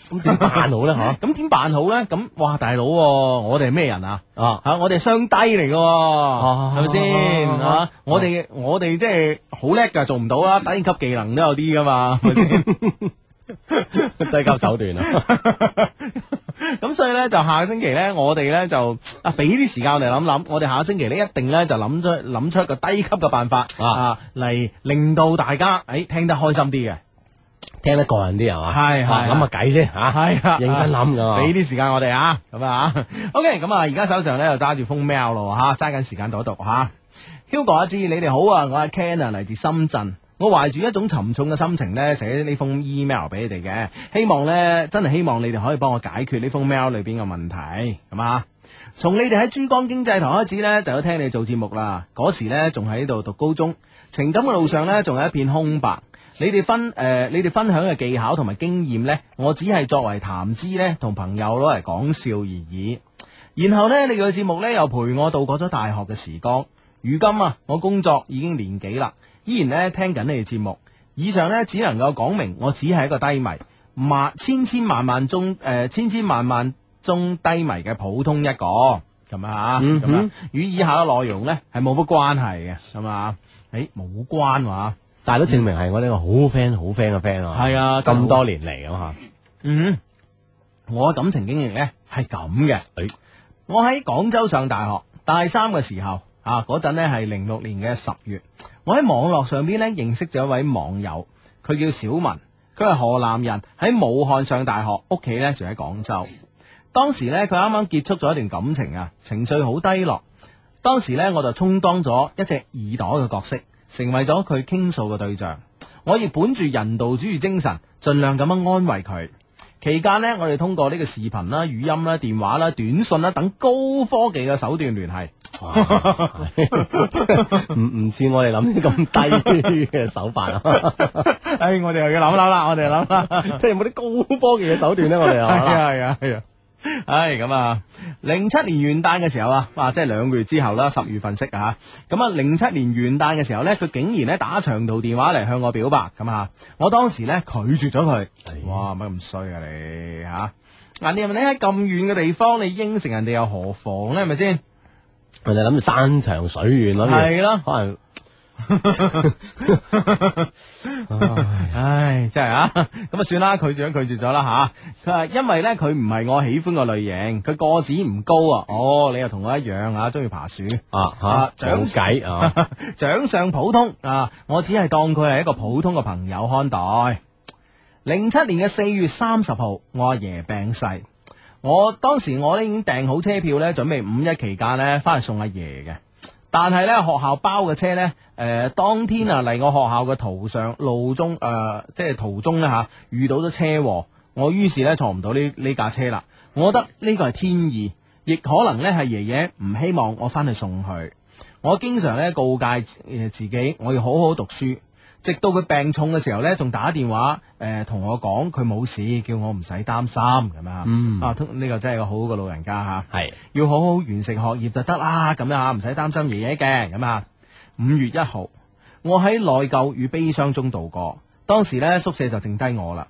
C: 咁點辦好咧？嗬？
A: 咁點辦好咧？咁哇，大佬喎、我哋係咩人啊？
C: 啊，
A: 嚇、我哋係雙低嚟嘅喎，係咪先
C: 啊
A: 嚇？我哋我哋即係好叻㗎，做唔到啦，低級技能都有啲㗎嘛，係咪先？
C: 低級手段 啊！
A: 咁所以咧，就下個星期咧，我哋咧就啊，俾啲時間我哋諗諗，我哋下個星期咧一定咧就諗出諗出一個低級嘅辦法
C: 啊
A: 啊，嚟令到大家誒、聽得開心啲嘅，
C: 聽得過癮啲係嘛？
A: 係係
C: 啊諗下計先吓，
A: 係啊
C: 認真 諗噶。
A: 俾啲時間我哋啊，咁啊，OK，咁啊，而家手上咧就揸住封 mail 咯吓，揸緊時間讀一讀吓。Hugo 阿芝，你哋好啊，我係 Ken 啊，嚟自深圳。我懷住一種沉重嘅心情呢，寫呢封 email 俾你哋嘅，希望呢，真係希望你哋可以幫我解決呢封 mail 裏邊嘅問題，咁啊。從你哋喺珠江經濟台開始呢，就有聽你做節目啦。嗰時呢，仲喺度讀高中，情感嘅路上呢，仲有一片空白。你哋分誒、呃你哋分享嘅技巧同埋經驗呢，我只係作為談資呢，同朋友攞嚟講笑而已。然後呢，你嘅節目呢，又陪我度過咗大學嘅時光。如今啊，我工作已經年幾啦，依然呢，聽緊你哋節目。以上呢，只能夠講明我只係一個低迷，萬千千萬萬中誒、呃千千萬萬中低迷嘅普通一個咁啊，
C: 嗯
A: 咁
C: 哼
A: 樣與以下嘅內容呢，係冇乜關係嘅，咁啊，誒冇關啊話、
C: 但係都證明係我呢個好 friend、好 friend 嘅 friend 啊！
A: 係啊真係好
C: 咁多年嚟咁啊吓，
A: 嗯，我嘅感情經歷呢係咁嘅。
C: 誒
A: 我喺廣州上大學，大三嘅時候啊，嗰陣呢係零六年嘅十月，我喺網絡上邊呢認識咗一位網友，佢叫小文，佢係河南人，喺武漢上大學，屋企呢住喺廣州。當時呢，佢啱啱結束咗一段感情啊，情緒好低落。當時呢，我就充當咗一隻耳朵嘅角色，成為咗佢傾訴嘅對象。我亦本住人道主義精神，盡量咁樣安慰佢。期間呢，我哋通過呢個視頻啦、語音啦、電話啦、短信啦等高科技嘅手段聯 繫。
C: 唔唔似我哋諗啲咁低嘅手 法啊！
A: 唉，哎我哋又要諗諗啦，我哋諗啦。
C: 即係有冇啲高科技嘅手段咧？我哋
A: 係
C: 啊，
A: 啊係啊係啊。唉，咁啊，零七年元旦嘅時候啊，哇，即係兩個月之後啦，十月份識啊，咁啊，零七年元旦嘅時候呢，佢竟然呢打長途電話嚟向我表白，咁啊，我當時呢拒絕咗佢，哇，乜咁衰啊你吓？嗱，你係咪你喺咁遠嘅地方，你應承人哋又何妨呢？係咪先？
C: 我哋諗住山長水遠諗住
A: 係啊咯
C: 可能
A: 唉，真係啊，咁啊算啦，拒絕咗拒絕咗啦吓。佢、話因為呢，佢唔係我喜歡嘅類型，佢個子唔高啊。哦，你又同我一樣啊，中意爬樹。
C: 啊
A: 啊
C: 吓，
A: 長
C: 冇計啊！
A: 長相普通啊，我只係當佢係一個普通嘅朋友看待。零七年嘅四月三十號，我阿爺病逝，我當時我呢已經訂好車票呢，準備五一期間呢翻去送阿爺嘅。但係呢，學校包嘅車呢，誒、當天啊嚟我學校嘅途上路中誒、呃即係途中呢，吓、遇到咗車禍，我於是呢坐唔到呢呢架車啦。我覺得呢個係天意，亦可能呢係爺爺唔希望我翻去送佢。我經常咧告誡誒自己，我要好好讀書。直到佢病重嘅時候咧，仲打電話誒同、我講佢冇事，叫我唔使擔心咁樣啊。
C: 嗯
A: 啊，通呢、個真係個好好嘅老人家嚇。
C: 係
A: 要好好完成學業就得啦，咁樣啊，唔使擔心爺爺嘅咁啊。五月一號，我喺內疚與悲傷中度過。當時呢，宿舍就剩低我啦。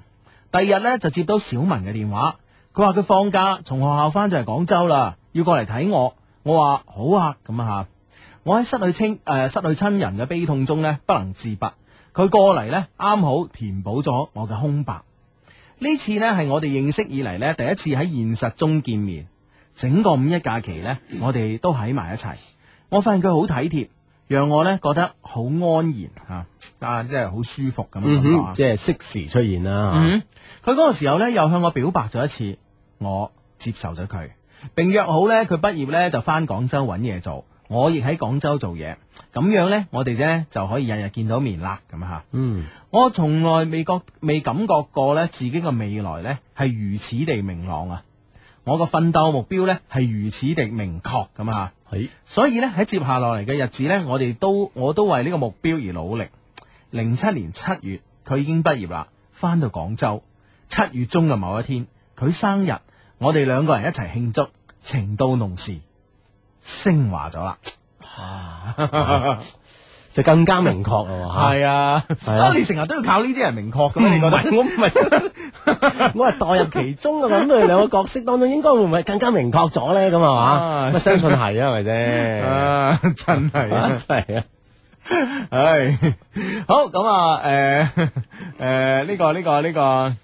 A: 第二日呢，就接到小文嘅電話，佢話佢放假從學校翻咗嚟廣州啦，要過嚟睇我。我話好啊，咁啊。我喺失去親誒、呃失去親人嘅悲痛中呢，不能自拔。佢過嚟呢，啱好填補咗我嘅空白。呢次呢，係我哋認識以嚟呢，第一次喺現實中見面。整個五一假期呢，我哋都喺埋一齊。我發現佢好體貼，讓我呢覺得好安然嚇，啊，即係好舒服咁樣
C: 嗯
A: 感覺
C: 哼
A: 啊。
C: 即係適時出現啦。
A: 嗯，佢嗰個時候呢，又向我表白咗一次，我接受咗佢。並約好呢，佢畢業呢就翻廣州揾嘢做，我亦喺廣州做嘢，咁樣呢，我哋呢就可以日日見到面啦，咁吓。
C: 嗯，
A: 我從來未覺未感覺過呢，自己嘅未來呢係如此地明朗啊！我個奮鬥目標呢係如此地明確咁啊吓。
C: 係
A: 所以咧喺接下落嚟嘅日子咧，我哋都我都為呢個目標而努力。零七年七月，佢已經畢業啦，翻到廣州。七月中嘅某一天，佢生日，我哋兩個人一齊慶祝，情到濃時，升華咗啦。
C: 就更加明確咯喎
A: 係啊，
C: 係啊
A: 啊你成日都要靠呢啲人明確咁
C: 嚇
A: 咩，你覺得？
C: 唔係我唔係， 我係代入其中啊嘛。咁佢哋兩個角色當中，應該會唔會更加明確咗咧？咁啊
A: 啊
C: 嘛，咁相信係啊，係咪啫？
A: 啊， 真係
C: 啊
A: 啊
C: 真 係啊，
A: 唉，好咁啊，诶 诶呢個呢、個呢、個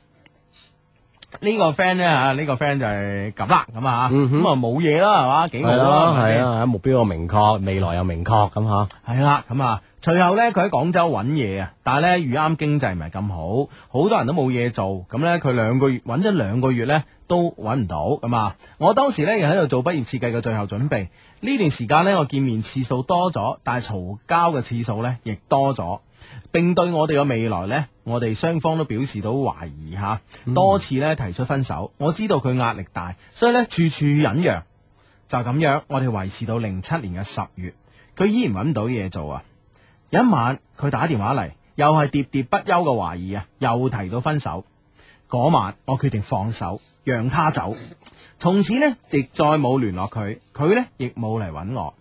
A: 呢、個 friend 咧吓，呢、個 friend 就係咁啦，咁啊，
C: 嗯哼
A: 咁啊冇嘢啦，係嘛，幾好
C: 係
A: 啦，係
C: 咯，
A: 咪
C: 係
A: 先？
C: 啊，目標又明確，未來又明確咁嚇。
A: 係啦，咁啊，隨後咧佢喺廣州揾嘢啊，但係咧遇啱經濟唔係咁好，好多人都冇嘢做，咁咧佢兩個月揾咗兩個月咧都揾唔到，咁啊，我當時咧又喺度做畢業設計嘅最後準備，呢段時間咧我見面次數多咗，但係嘈交嘅次數咧亦多咗。並對我哋嘅未來呢，我哋雙方都表示到懷疑吓，多次咧提出分手。我知道佢壓力大，所以呢處處忍讓，就咁樣，我哋維持到零七年嘅十月，佢依然揾唔到嘢做啊！有一晚佢打電話嚟，又係喋喋不休嘅懷疑啊，又提到分手。嗰晚我決定放手，讓他走。從此呢，亦再冇聯絡佢，佢呢亦冇嚟揾我。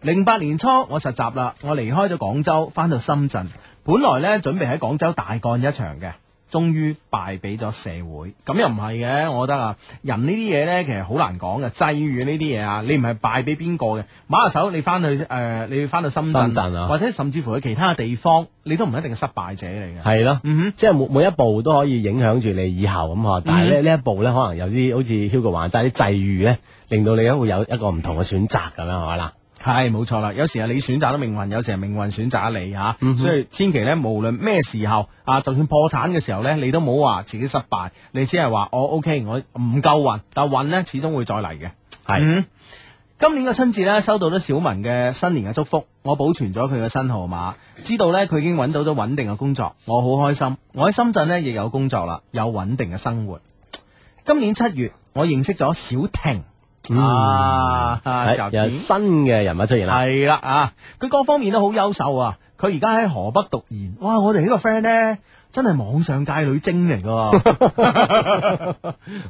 A: 零八年初我實習啦，我離開咗廣州，翻到深圳。本來呢，準備喺廣州大幹一場嘅，終於敗俾咗社會。咁又唔係嘅，我覺得啊，人呢啲嘢呢，其實好難講嘅，際遇呢啲嘢啊，你唔係敗俾邊個嘅，馬下手你翻去誒、呃你翻到深圳，
C: 深圳啊
A: 或者甚至乎去其他嘅地方，你都唔一定係失敗者嚟嘅。
C: 係咯，
A: 嗯
C: 即係每每一步都可以影響住你以後咁啊。但係咧呢一步咧，可能有啲好似 Hugo 話齋啲際遇咧，令到你會有一個唔同嘅選擇咁樣係咪啦？
A: 哼，係冇錯啦。有時係你選擇咗命運，有時係命運選擇咗你吓、
C: 嗯
A: 所以千祈呢，無論咩時候啊，就算破產嘅時候呢，你都冇話自己失敗，你只係話我 OK，我唔夠運，但運呢始終會再嚟嘅。
C: 係
A: 嗯，今年嘅春節咧，收到咗小文嘅新年嘅祝福，我保存咗佢嘅新號碼，知道呢，佢已經揾到咗穩定嘅工作，我好開心。我喺深圳呢，亦有工作啦，有穩定嘅生活。今年七月，我認識咗小婷、啊，啊小
C: 係嗯哎有
A: 婷
C: 新嘅人物出現啦。
A: 係啦啊，佢各方面都好優秀啊！佢而家喺河北讀研，哇！我哋呢個 friend 呢，真係網上界女精嚟
C: 啊
A: 噶，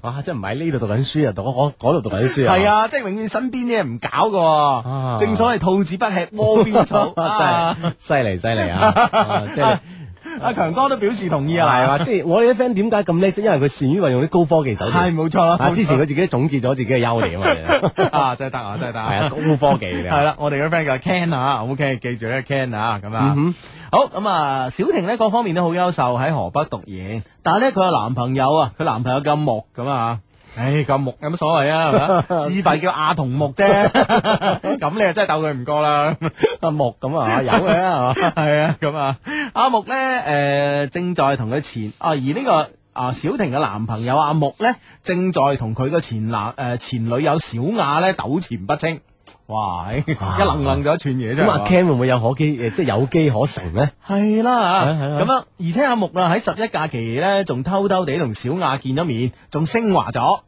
C: 哇！即係唔喺呢度讀緊書啊，讀嗰嗰度讀緊書啊。
A: 係，啊，即係永遠身邊啲嘢唔搞噶
C: 啊，
A: 正所謂兔子不吃窩邊草，
C: 真
A: 啊
C: 係犀利犀利 啊！啊即係
A: 阿強哥都表示同意
C: 係
A: 啊，
C: 嘛？即係我哋啲 friend 點解咁叻？即係因為佢善於運用啲高科技手段。
A: 係冇錯啦
C: 啊
A: 冇錯
C: 之前佢自己總結咗自己嘅優點啊，
A: 啊，真係得啊，真係得
C: 係啊，高科技嚟
A: 係
C: 啊。
A: 啦，我哋嘅 friend 叫 Ken 啊，OK，記住咧 Ken 啊，咁啊，好咁啊，小婷呢各方面都好優秀，喺河北讀研，但係呢，佢有男朋友啊，佢男朋友咁木咁啊。唉，咁木有乜所謂啊？係咪至弊叫阿童木啫， 咁你啊真係鬥佢唔過啦。
C: 阿木咁啊，有嘅係嘛？
A: 係啊，咁啊，阿木呢，诶、正在同佢前啊，而呢、個啊小婷嘅男朋友阿木呢，正在同佢嘅前男诶、前女友小雅呢糾纏不清。哇！唉一愣愣咗一串嘢啫。
C: 咁阿啊 Ken 會唔會有可機誒，即係有機可乘咧？
A: 系啦
C: 係啊係啊
A: 咁樣而且阿木啊喺十一假期咧，仲偷偷地同小雅見咗面，仲升華咗。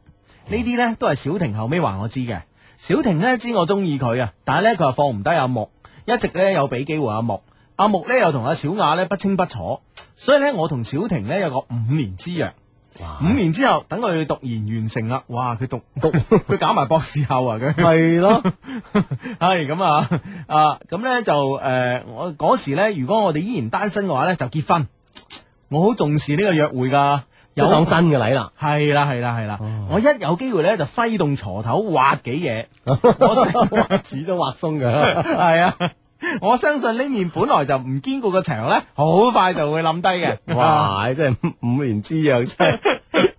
A: 呢啲呢都係小婷後尾話我知嘅。小婷呢知我中意佢啊，但係呢，佢又放唔低阿木，一直呢有俾機會阿木。阿木呢又同阿小雅呢不清不楚，所以呢，我同小婷呢有個五年之 約。
C: 哇
A: 五年之後，等佢讀研完成啦，哇！佢讀讀佢搞埋博士後啊，佢。
C: 係咯。
A: 系咁啊，啊咁呢就诶、呃我嗰時呢，如果我哋依然單身嘅話呢，就結婚。我好重視呢個約會噶，
C: 有講真嘅禮啦，
A: 係啦係啦係啦，
C: 哦
A: 我一有機會呢，就揮動鋤頭挖幾 嘢，我成
C: 始終畫鬆嘅。
A: 係啊。我相信呢面本來就唔堅固嘅牆呢，好快就會冧低嘅。啊
C: 哇！真係五五年之癢，真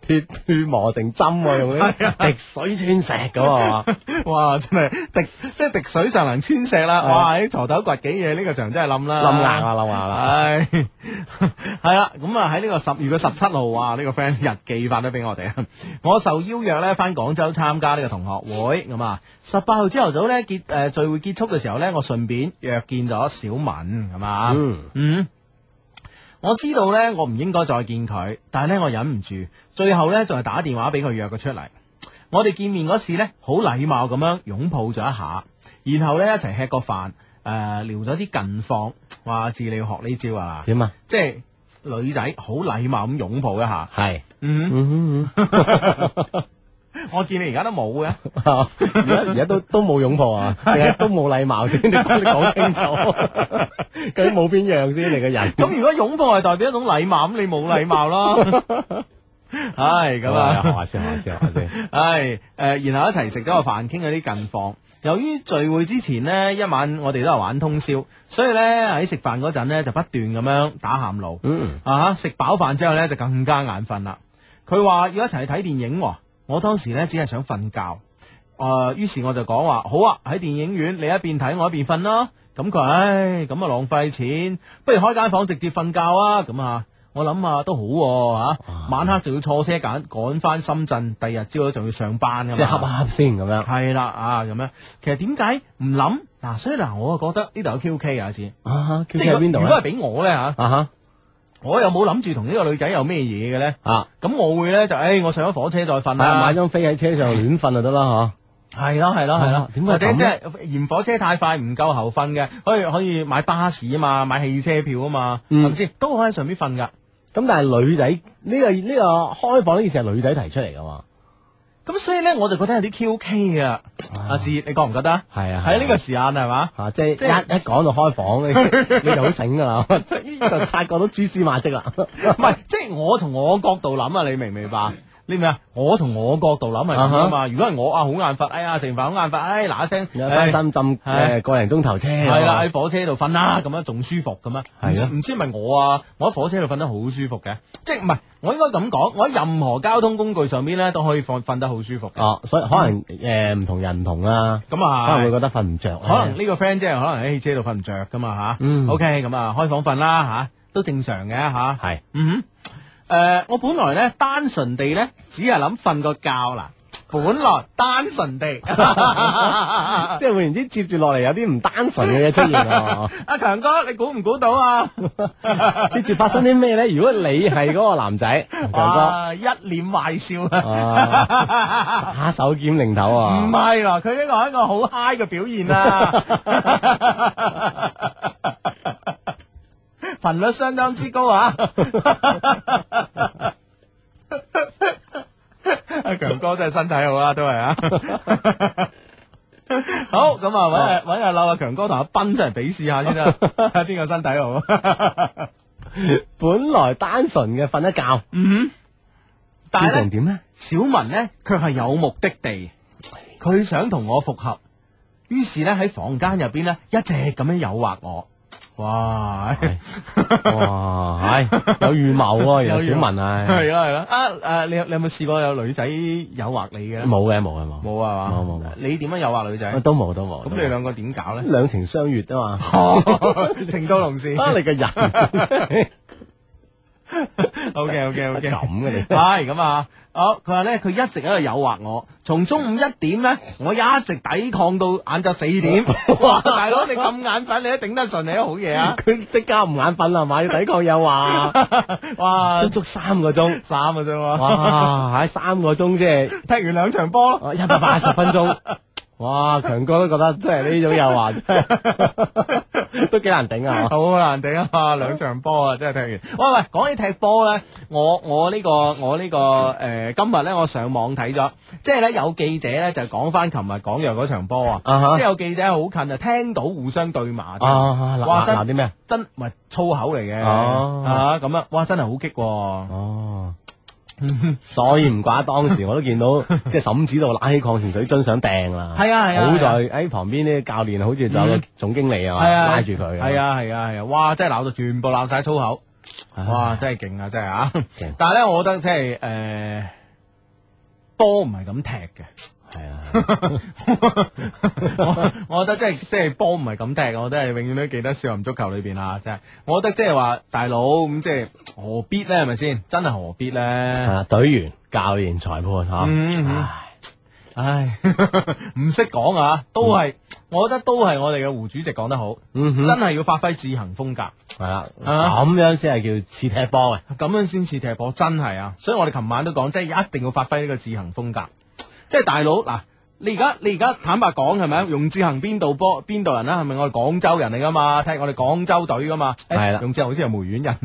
C: 係鐵血磨成針喎，用呢滴水穿石咁啊！
A: 哇！真係滴，即係滴水上能穿石啦！哇！喺鋤頭掘幾嘢，呢個場真係冧啦，
C: 冧硬啊，冧硬啦！
A: 唉， 係啦，咁啊喺呢個十月嘅十七號啊，呢、個 friend 日記發咗俾我哋啊，我受邀約咧翻廣州參加呢個同學會咁啊，十八號朝頭早咧結誒、呃聚會結束嘅時候咧，我順便約見咗小敏咁啊，
C: 嗯
A: 嗯我知道咧，我唔應該再見佢，但係咧，我忍唔住，最後咧，仲係打電話俾佢約佢出嚟。我哋見面嗰時咧，好禮貌咁樣擁抱咗一下，然後咧一齊吃個飯，誒、呃聊咗啲近況。哇！智你要學呢招 啊，
C: 點啊？
A: 即係女仔好禮貌咁擁抱一下。
C: 係，
A: 嗯，
C: 嗯，
A: 我見你而家都冇嘅。
C: 而家 而家都都冇擁抱啊，定係都冇禮貌先？你你講清楚，究竟冇邊樣先？你個人
A: 咁如果擁抱係代表一種禮貌，咁你冇禮貌啦。唉，咁啊。
C: 學下先，學下先，學下先。
A: 唉，誒、呃然後一齊食咗個飯，傾嗰啲近況。由於聚會之前呢，一晚我哋都係玩通宵，所以呢，喺食飯嗰陣呢，就不斷咁樣打喊路。
C: 嗯，
A: 啊！食飽飯之後呢，就更加眼瞓啦。佢話要一齊去睇電影喎，我當時呢，只係想瞓覺。誒、於啊是我就講話好啊，喺電影院你一邊睇我一邊瞓啦。咁佢話唉，咁啊浪費錢，不如開間房直接瞓覺啊。咁啊，我諗啊都好喎、啊、晚黑仲要坐車趕趕翻深圳，第二日朝早仲要上班㗎
C: 即係
A: 嘛
C: 恰。一恰先咁樣。
A: 係啦啊咁樣，其實點解唔諗嗱？所以嗱，我啊覺得呢度有 QK 啊，先
C: 啊，
A: 即
C: 即係
A: 如
C: 邊度
A: 果如果係
C: 咧？
A: 俾我呢，吓，
C: 啊哈，
A: 我又冇諗住同呢個女仔有咩嘢嘅呢。
C: 啊，
A: 咁我會咧就，诶、我上咗火車再瞓
C: 係啊，買
A: 啦。
C: 張飛喺車上亂瞓就得啦，
A: 係咯係咯係咯
C: 啊，點解
A: 或者
C: 咁
A: 即係嫌火車太快唔夠喉瞓嘅，可以可以買巴士啊嘛，買汽車票啊嘛，係
C: 嗯
A: 咪先？都可以喺上邊瞓噶。
C: 嗬。咁但係女仔呢個呢個開房呢件事係女仔提出嚟噶嘛？
A: 咁所以咧，我就覺得有啲 QK 啊。阿志，你覺唔覺得啊？
C: 係啊，
A: 喺呢個時間係嘛？
C: 啊，即係
A: 即係
C: 一一講到開房， 你你就好醒噶啦，即就察覺到蛛絲馬跡啦。
A: 唔係，即係我從我角度諗啊，你明唔明白？你明唔明啊？我從我角度諗係咁啊嘛。如果係我啊，好眼瞓，哎呀，食完飯好眼瞓，哎嗱一聲，
C: 翻深圳
A: 係
C: 誒呃個零鐘頭車，
A: 系啦，喺火車度瞓啦，咁樣仲舒服咁樣。
C: 啊係
A: 唔知
C: 啊
A: 唔知係咪我啊？我喺火車度瞓得好舒服嘅，即係唔係？我應該咁講，我喺任何交通工具上邊咧都可以瞓瞓得好舒服嘅。
C: 哦，所以可能誒唔同人唔同啦，
A: 咁
C: 可能
A: 啊
C: 會，覺得瞓唔着。
A: 可能呢個 friend 即係可能喺哎汽車度瞓唔着噶嘛吓。
C: 嗯
A: OK，咁啊開房瞓啦吓，都正常嘅吓。
C: 係
A: 嗯哼，誒，我本來咧單純地咧只係諗瞓個覺啦，本來單純 地。啊
C: 即係換言之，接住落嚟有啲唔單純嘅嘢出現啊！
A: 阿強哥，你估唔估到啊？
C: 接住發生啲咩咧？如果你係嗰個男仔，強哥，
A: 哇，一臉壞笑啊！
C: 啊，打手兼零頭
A: 唔
C: 啊！
A: 係咯，佢呢個係一個好 high 嘅表現啊！ 頻率相當之高啊！阿強哥真係身體好啊，都係啊！ 好咁啊，揾阿揾阿柳阿強哥同阿斌出嚟比試下先啦，睇下邊個身體好。
C: 本來單純嘅瞓一覺，
A: 但係
C: 變成
A: 咧，
C: 點咧？
A: 小文呢，佢係有目的地，佢想同我復合，於是呢，喺房間入邊呢，一直咁樣誘惑我。哇！
C: 哇，係有預謀喎，哦原來小文 啊，
A: 系啦系啦，啊诶，你有你有冇試過有女仔誘惑你嘅？
C: 冇嘅冇嘅冇，
A: 冇啊嘛？
C: 冇冇冇
A: 你點樣誘惑女仔？咁
C: 都冇都冇。
A: 你兩哦個點搞咧？
C: 兩情相悅啊嘛，
A: 情到濃時。
C: 啊你個 人咁
A: O K O K O K。
C: 嘅你。
A: 系咁啊！好，佢話咧，佢一直喺度誘惑我，從中午一點咧，我一直抵抗到晏晝四點。哇！大佬，你咁眼瞓，你都頂得順，你都好嘢 啊！
C: 佢即刻唔眼瞓啦，係嘛要抵抗誘惑，
A: 哇
C: 足，足三個鐘，
A: 三嘅啫喎，
C: 哇！喺三個鐘即係
A: 踢完兩場波咯，
C: 啊一百八十分鐘，哇！強哥都覺得真係呢種誘惑 真係都幾難頂 啊！
A: 好難頂啊！兩場波啊，真係踢完。喂喂，講起踢波咧，我我呢、個我呢、個诶、呃今日咧我上網睇咗，即係咧有記者咧就講翻琴日廣藥嗰場波啊
C: 啊哈
A: 即係有記者好近啊，聽到互相對罵
C: 啊啊！
A: 哇
C: 鬧
A: 真
C: 鬧啲咩？
A: 真唔係粗口嚟嘅，
C: 哦
A: 啊咁啊，哇真係好激喎！
C: 哦。所以唔怪得當時我都見 到，即係沈指導揦起礦泉水樽想掟啦。
A: 係啊係啊
C: 好
A: 係啊
C: 在喺旁邊呢個教練好似仲有個總經理啊嘛，
A: 係啊
C: 拉住佢。
A: 係，啊係啊係啊，哇真係鬧到全部鬧晒粗口，哇，真系勁啊，真係啊
C: 勁！
A: 但係咧，我覺得即係诶，波唔係咁踢嘅。
C: 系啊，
A: 我 我覺得即係即係波唔係咁踢，我都係永遠都記得少林足球裏邊啊！真係，我覺得即係話大佬咁即係何必咧？係咪先？真係何必咧？
C: 啊 队员、教练、裁判吓，
A: 嗯嗯
C: 唉
A: 唉， 唔識講啊！都係，我覺得都係我哋嘅胡主席講得好，
C: 嗯哼
A: 真係要發揮自行風格。
C: 系啦，
A: 啊
C: 咁样先系叫似踢波嘅。
A: 咁樣先似踢波，真係啊！所以我哋琴晚都講，即係一定要發揮呢個自行風格。即係大佬嗱，你而家你而家坦白講係咪啊？容志恒邊度波邊度人啦？係咪我哋廣州人嚟噶嘛？踢我哋廣州隊噶嘛？誒
C: 係啦
A: 容志恒好似係梅縣人，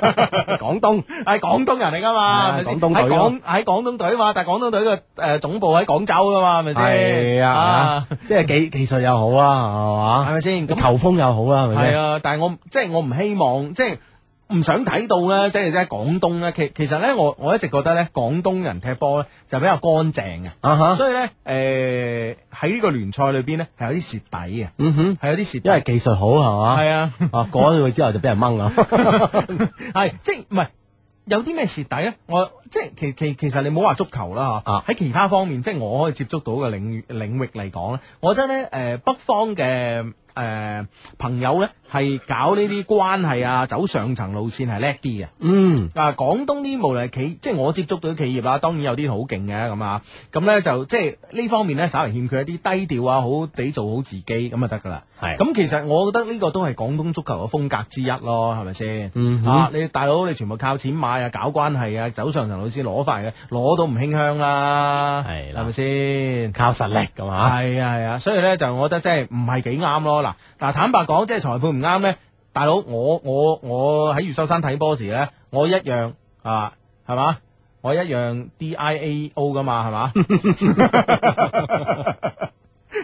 C: 广东
A: 係廣東人嚟噶嘛？係咪先
C: 廣東隊
A: 喺
C: 咯
A: 廣喺廣東隊嘛，但係廣東隊嘅誒總部喺廣州噶嘛，係咪先？
C: 系啊，，即系技技术又好啊，
A: 係咪先？
C: 系嘛，
A: 咁
C: 球风又好啊，系咪
A: 系
C: 先？
A: 啊，但系我即系我唔希望，即系唔想睇到咧，即系即系广东咧。其其实咧，我我一直覺得咧，廣東人踢波咧就比較乾淨嘅，
C: 啊哈，
A: 所以咧，诶喺呢個聯賽裏邊咧係有啲蝕底嘅，啊
C: 嗯哼，
A: 係有啲蝕底
C: 因为技术好系嘛，
A: 係啊，
C: 啊，過咗去之後就俾人掹 啦。
A: 係即係唔係有啲咩蝕底咧？我即係其其其實你唔好話足球啦嚇，
C: 啊
A: 喺其他方面，即係我可以接觸到嘅領域領域嚟講咧，我覺得咧誒、呃北方嘅誒、呃朋友咧係搞呢啲關係啊，走上層路線係叻啲嘅。
C: 嗯，
A: 嗱，啊廣東啲無論係企，即係我接觸到啲企業啦，當然有啲好勁嘅咁啊，咁咧就即係呢方面咧，稍微欠缺一啲低調啊，好地做好自己咁啊就得噶啦。
C: 係
A: 咁其實我覺得呢個都係廣東足球嘅風格之一咯，係咪先？
C: 嗯哼
A: 啊，你大佬你全部靠錢買啊，搞關係啊，走上層老師攞翻嚟嘅，攞到唔馨香啦，
C: 係啦
A: 係咪先？
C: 靠實力咁啊。
A: 系啊系啊，所以咧就我覺得即係唔係幾啱咯。嗱嗱，坦白講，即係裁判唔啱咧，大佬我我我喺越秀山睇波時咧，我一樣啊，係嘛？我一樣 D I A O 噶嘛，係嘛？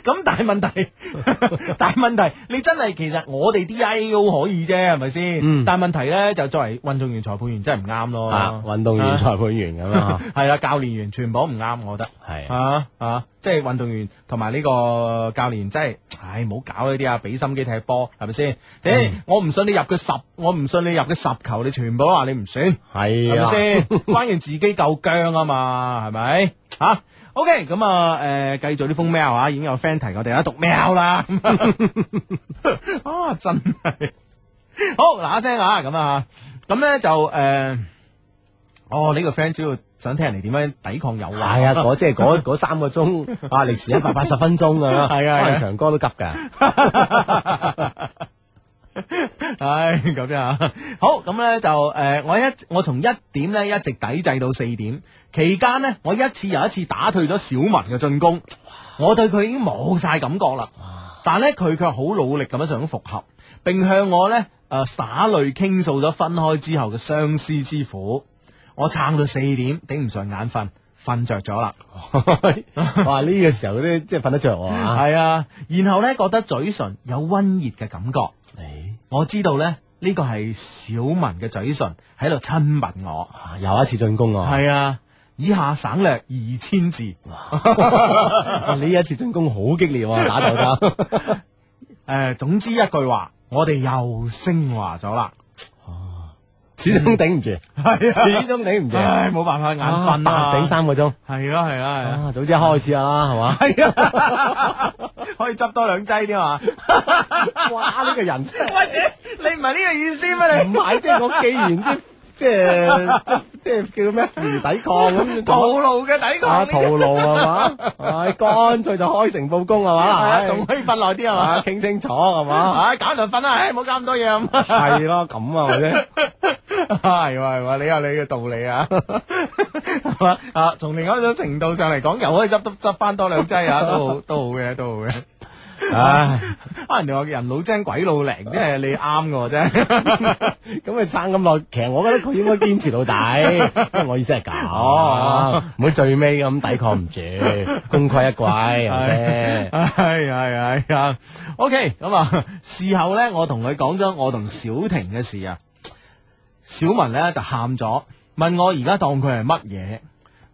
A: 咁但係問題， 但係問題，你真係其實我哋 D I A O 可以啫，係咪先？
C: 嗯
A: 但係問題咧，就作為運動員、裁判員真係唔啱咯。
C: 啊，運動員、裁判員咁啊，
A: 係啦，教練員全部唔啱，我覺得。
C: 係
A: 啊啊！即係運動員同埋呢個教練，真係，唉，唔好搞呢啲啊！俾心機踢波，係咪先？誒，我唔信你入佢十，我唔信你入佢十球，你全部都話你唔選，係
C: 係
A: 咪
C: 啊，
A: 先？關鍵自己夠僵啊嘛，係咪？吓、o k 咁啊，誒，繼續啲封 mail 啊，已經有 friend 提我哋啦，讀 mail 啦， 啊，真係好嗱一聲啊，咁啊，咁咧就誒。哦，呢、個 friend 主要想聽人哋點樣抵抗誘惑。
C: 係啊，嗰即係 嗰嗰三個鐘啊，歷時一百八十分鐘啊，
A: 係啊係啊
C: 可能強哥都急 㗎。
A: 唉，咁樣啊，好，咁呢就诶、呃我一我從一點呢一直抵制到四點，期間呢，我一次又一次打退咗小文嘅進攻，我對佢已經冇晒感覺啦。但呢，佢卻好努力咁樣想復合，並向我呢诶灑淚傾訴咗分開之後嘅相思之苦。我撐到四點，頂唔順眼瞓，瞓着咗啦。
C: 哇！呢個時候啲即係瞓得着喎啊。
A: 係啊，然後呢，覺得嘴唇有温熱嘅感覺。
C: 誒
A: 我知道咧，呢個係小文嘅嘴唇喺度親吻我。
C: 啊又一次進攻啊！
A: 係啊，以下省略二千字。誒、
C: 哇呢一次進攻好激烈喎，打就得。
A: 總之一句話，我哋又升華咗啦。
C: 始終頂唔住，始終頂唔 住，啊
A: 唉，冇辦法，嗯啊眼瞓啊啦。
C: 頂。三個鐘。
A: 係啦，係啦，係啦。
C: 啊，早知一開始啦，係嘛？
A: 可以執多兩劑添嘛？
C: 哦 哇！呢個人真係〜
A: 你唔係呢個意思 咩？
C: 唔係，即係我既然即即係即即係叫咩负抵抗 咁，
A: 徒勞嘅抵
C: 啊
A: 抗力，
C: 徒勞係 嘛，唉，乾脆就開誠佈公係
A: 係
C: 嘛，
A: 啊仲可以瞓耐啲係嘛？
C: 啊傾清楚係嘛，
A: 唉，搞就瞓啦，唉，唔好搞咁多嘢咁。
C: 係咯咁啊，或者
A: 系喎系喎，你有你嘅道理啊， 系嘛啊？从另外一種程度上嚟講，又可以執執執翻多兩劑啊，都好都好嘅，都好嘅。
C: 唉，
A: 啊，人哋話人老精鬼老靈，即係你啱嘅啫。
C: 咁佢撐咁耐，其實我覺得佢應該堅持 到底，即係我意思係咁，啊
A: 哦
C: 唔好最尾咁抵抗 唔住，功虧一簣係咪先？
A: 係係係啊。OK，咁啊，事後咧，我同佢講咗我同小婷嘅事啊。小文咧就喊咗，問我而家當佢係乜嘢？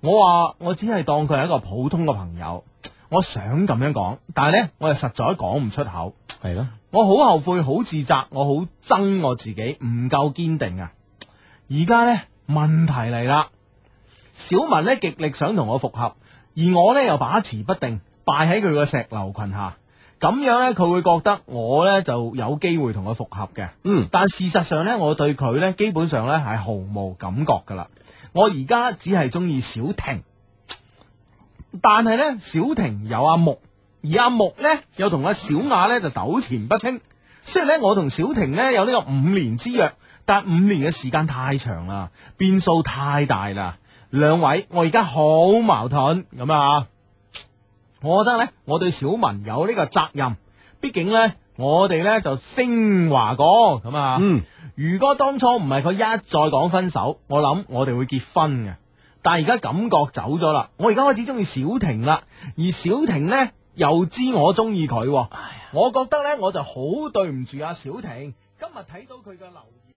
A: 我話我只係當佢係一個普通嘅朋友。我想咁樣講，但係咧，我又實在講唔出口。
C: 係咯，
A: 我好後悔，好自責，我好憎我自己，唔夠堅定啊！而家呢，問題嚟啦，小文呢極力想同我復合，而我呢又把持不定，敗喺佢個石榴裙下。咁樣呢，佢會覺得我呢就有機會同佢復合嘅。
C: 嗯，
A: 但事實上呢，我對佢呢基本上呢係毫無感覺噶啦。我而家只係中意小婷，但係呢，小婷有阿木，而阿木呢又同阿小雅呢就糾纏不清。雖然呢，我同小婷呢有呢個五年之約，但五年嘅時間太長啦，變數太大啦。兩位，我而家好矛盾咁啊！我覺得呢，我對小文有呢個責任，畢竟呢，我哋呢就升華過咁啊。
C: 嗯，
A: 如果當初唔係佢一再講分手，我諗我哋會結婚嘅。但係而家感覺走咗啦，我而家開始中意小婷啦，而小婷呢，又知我中意佢喎，我覺得呢，我就好對唔住阿小婷。今日睇到佢嘅留言。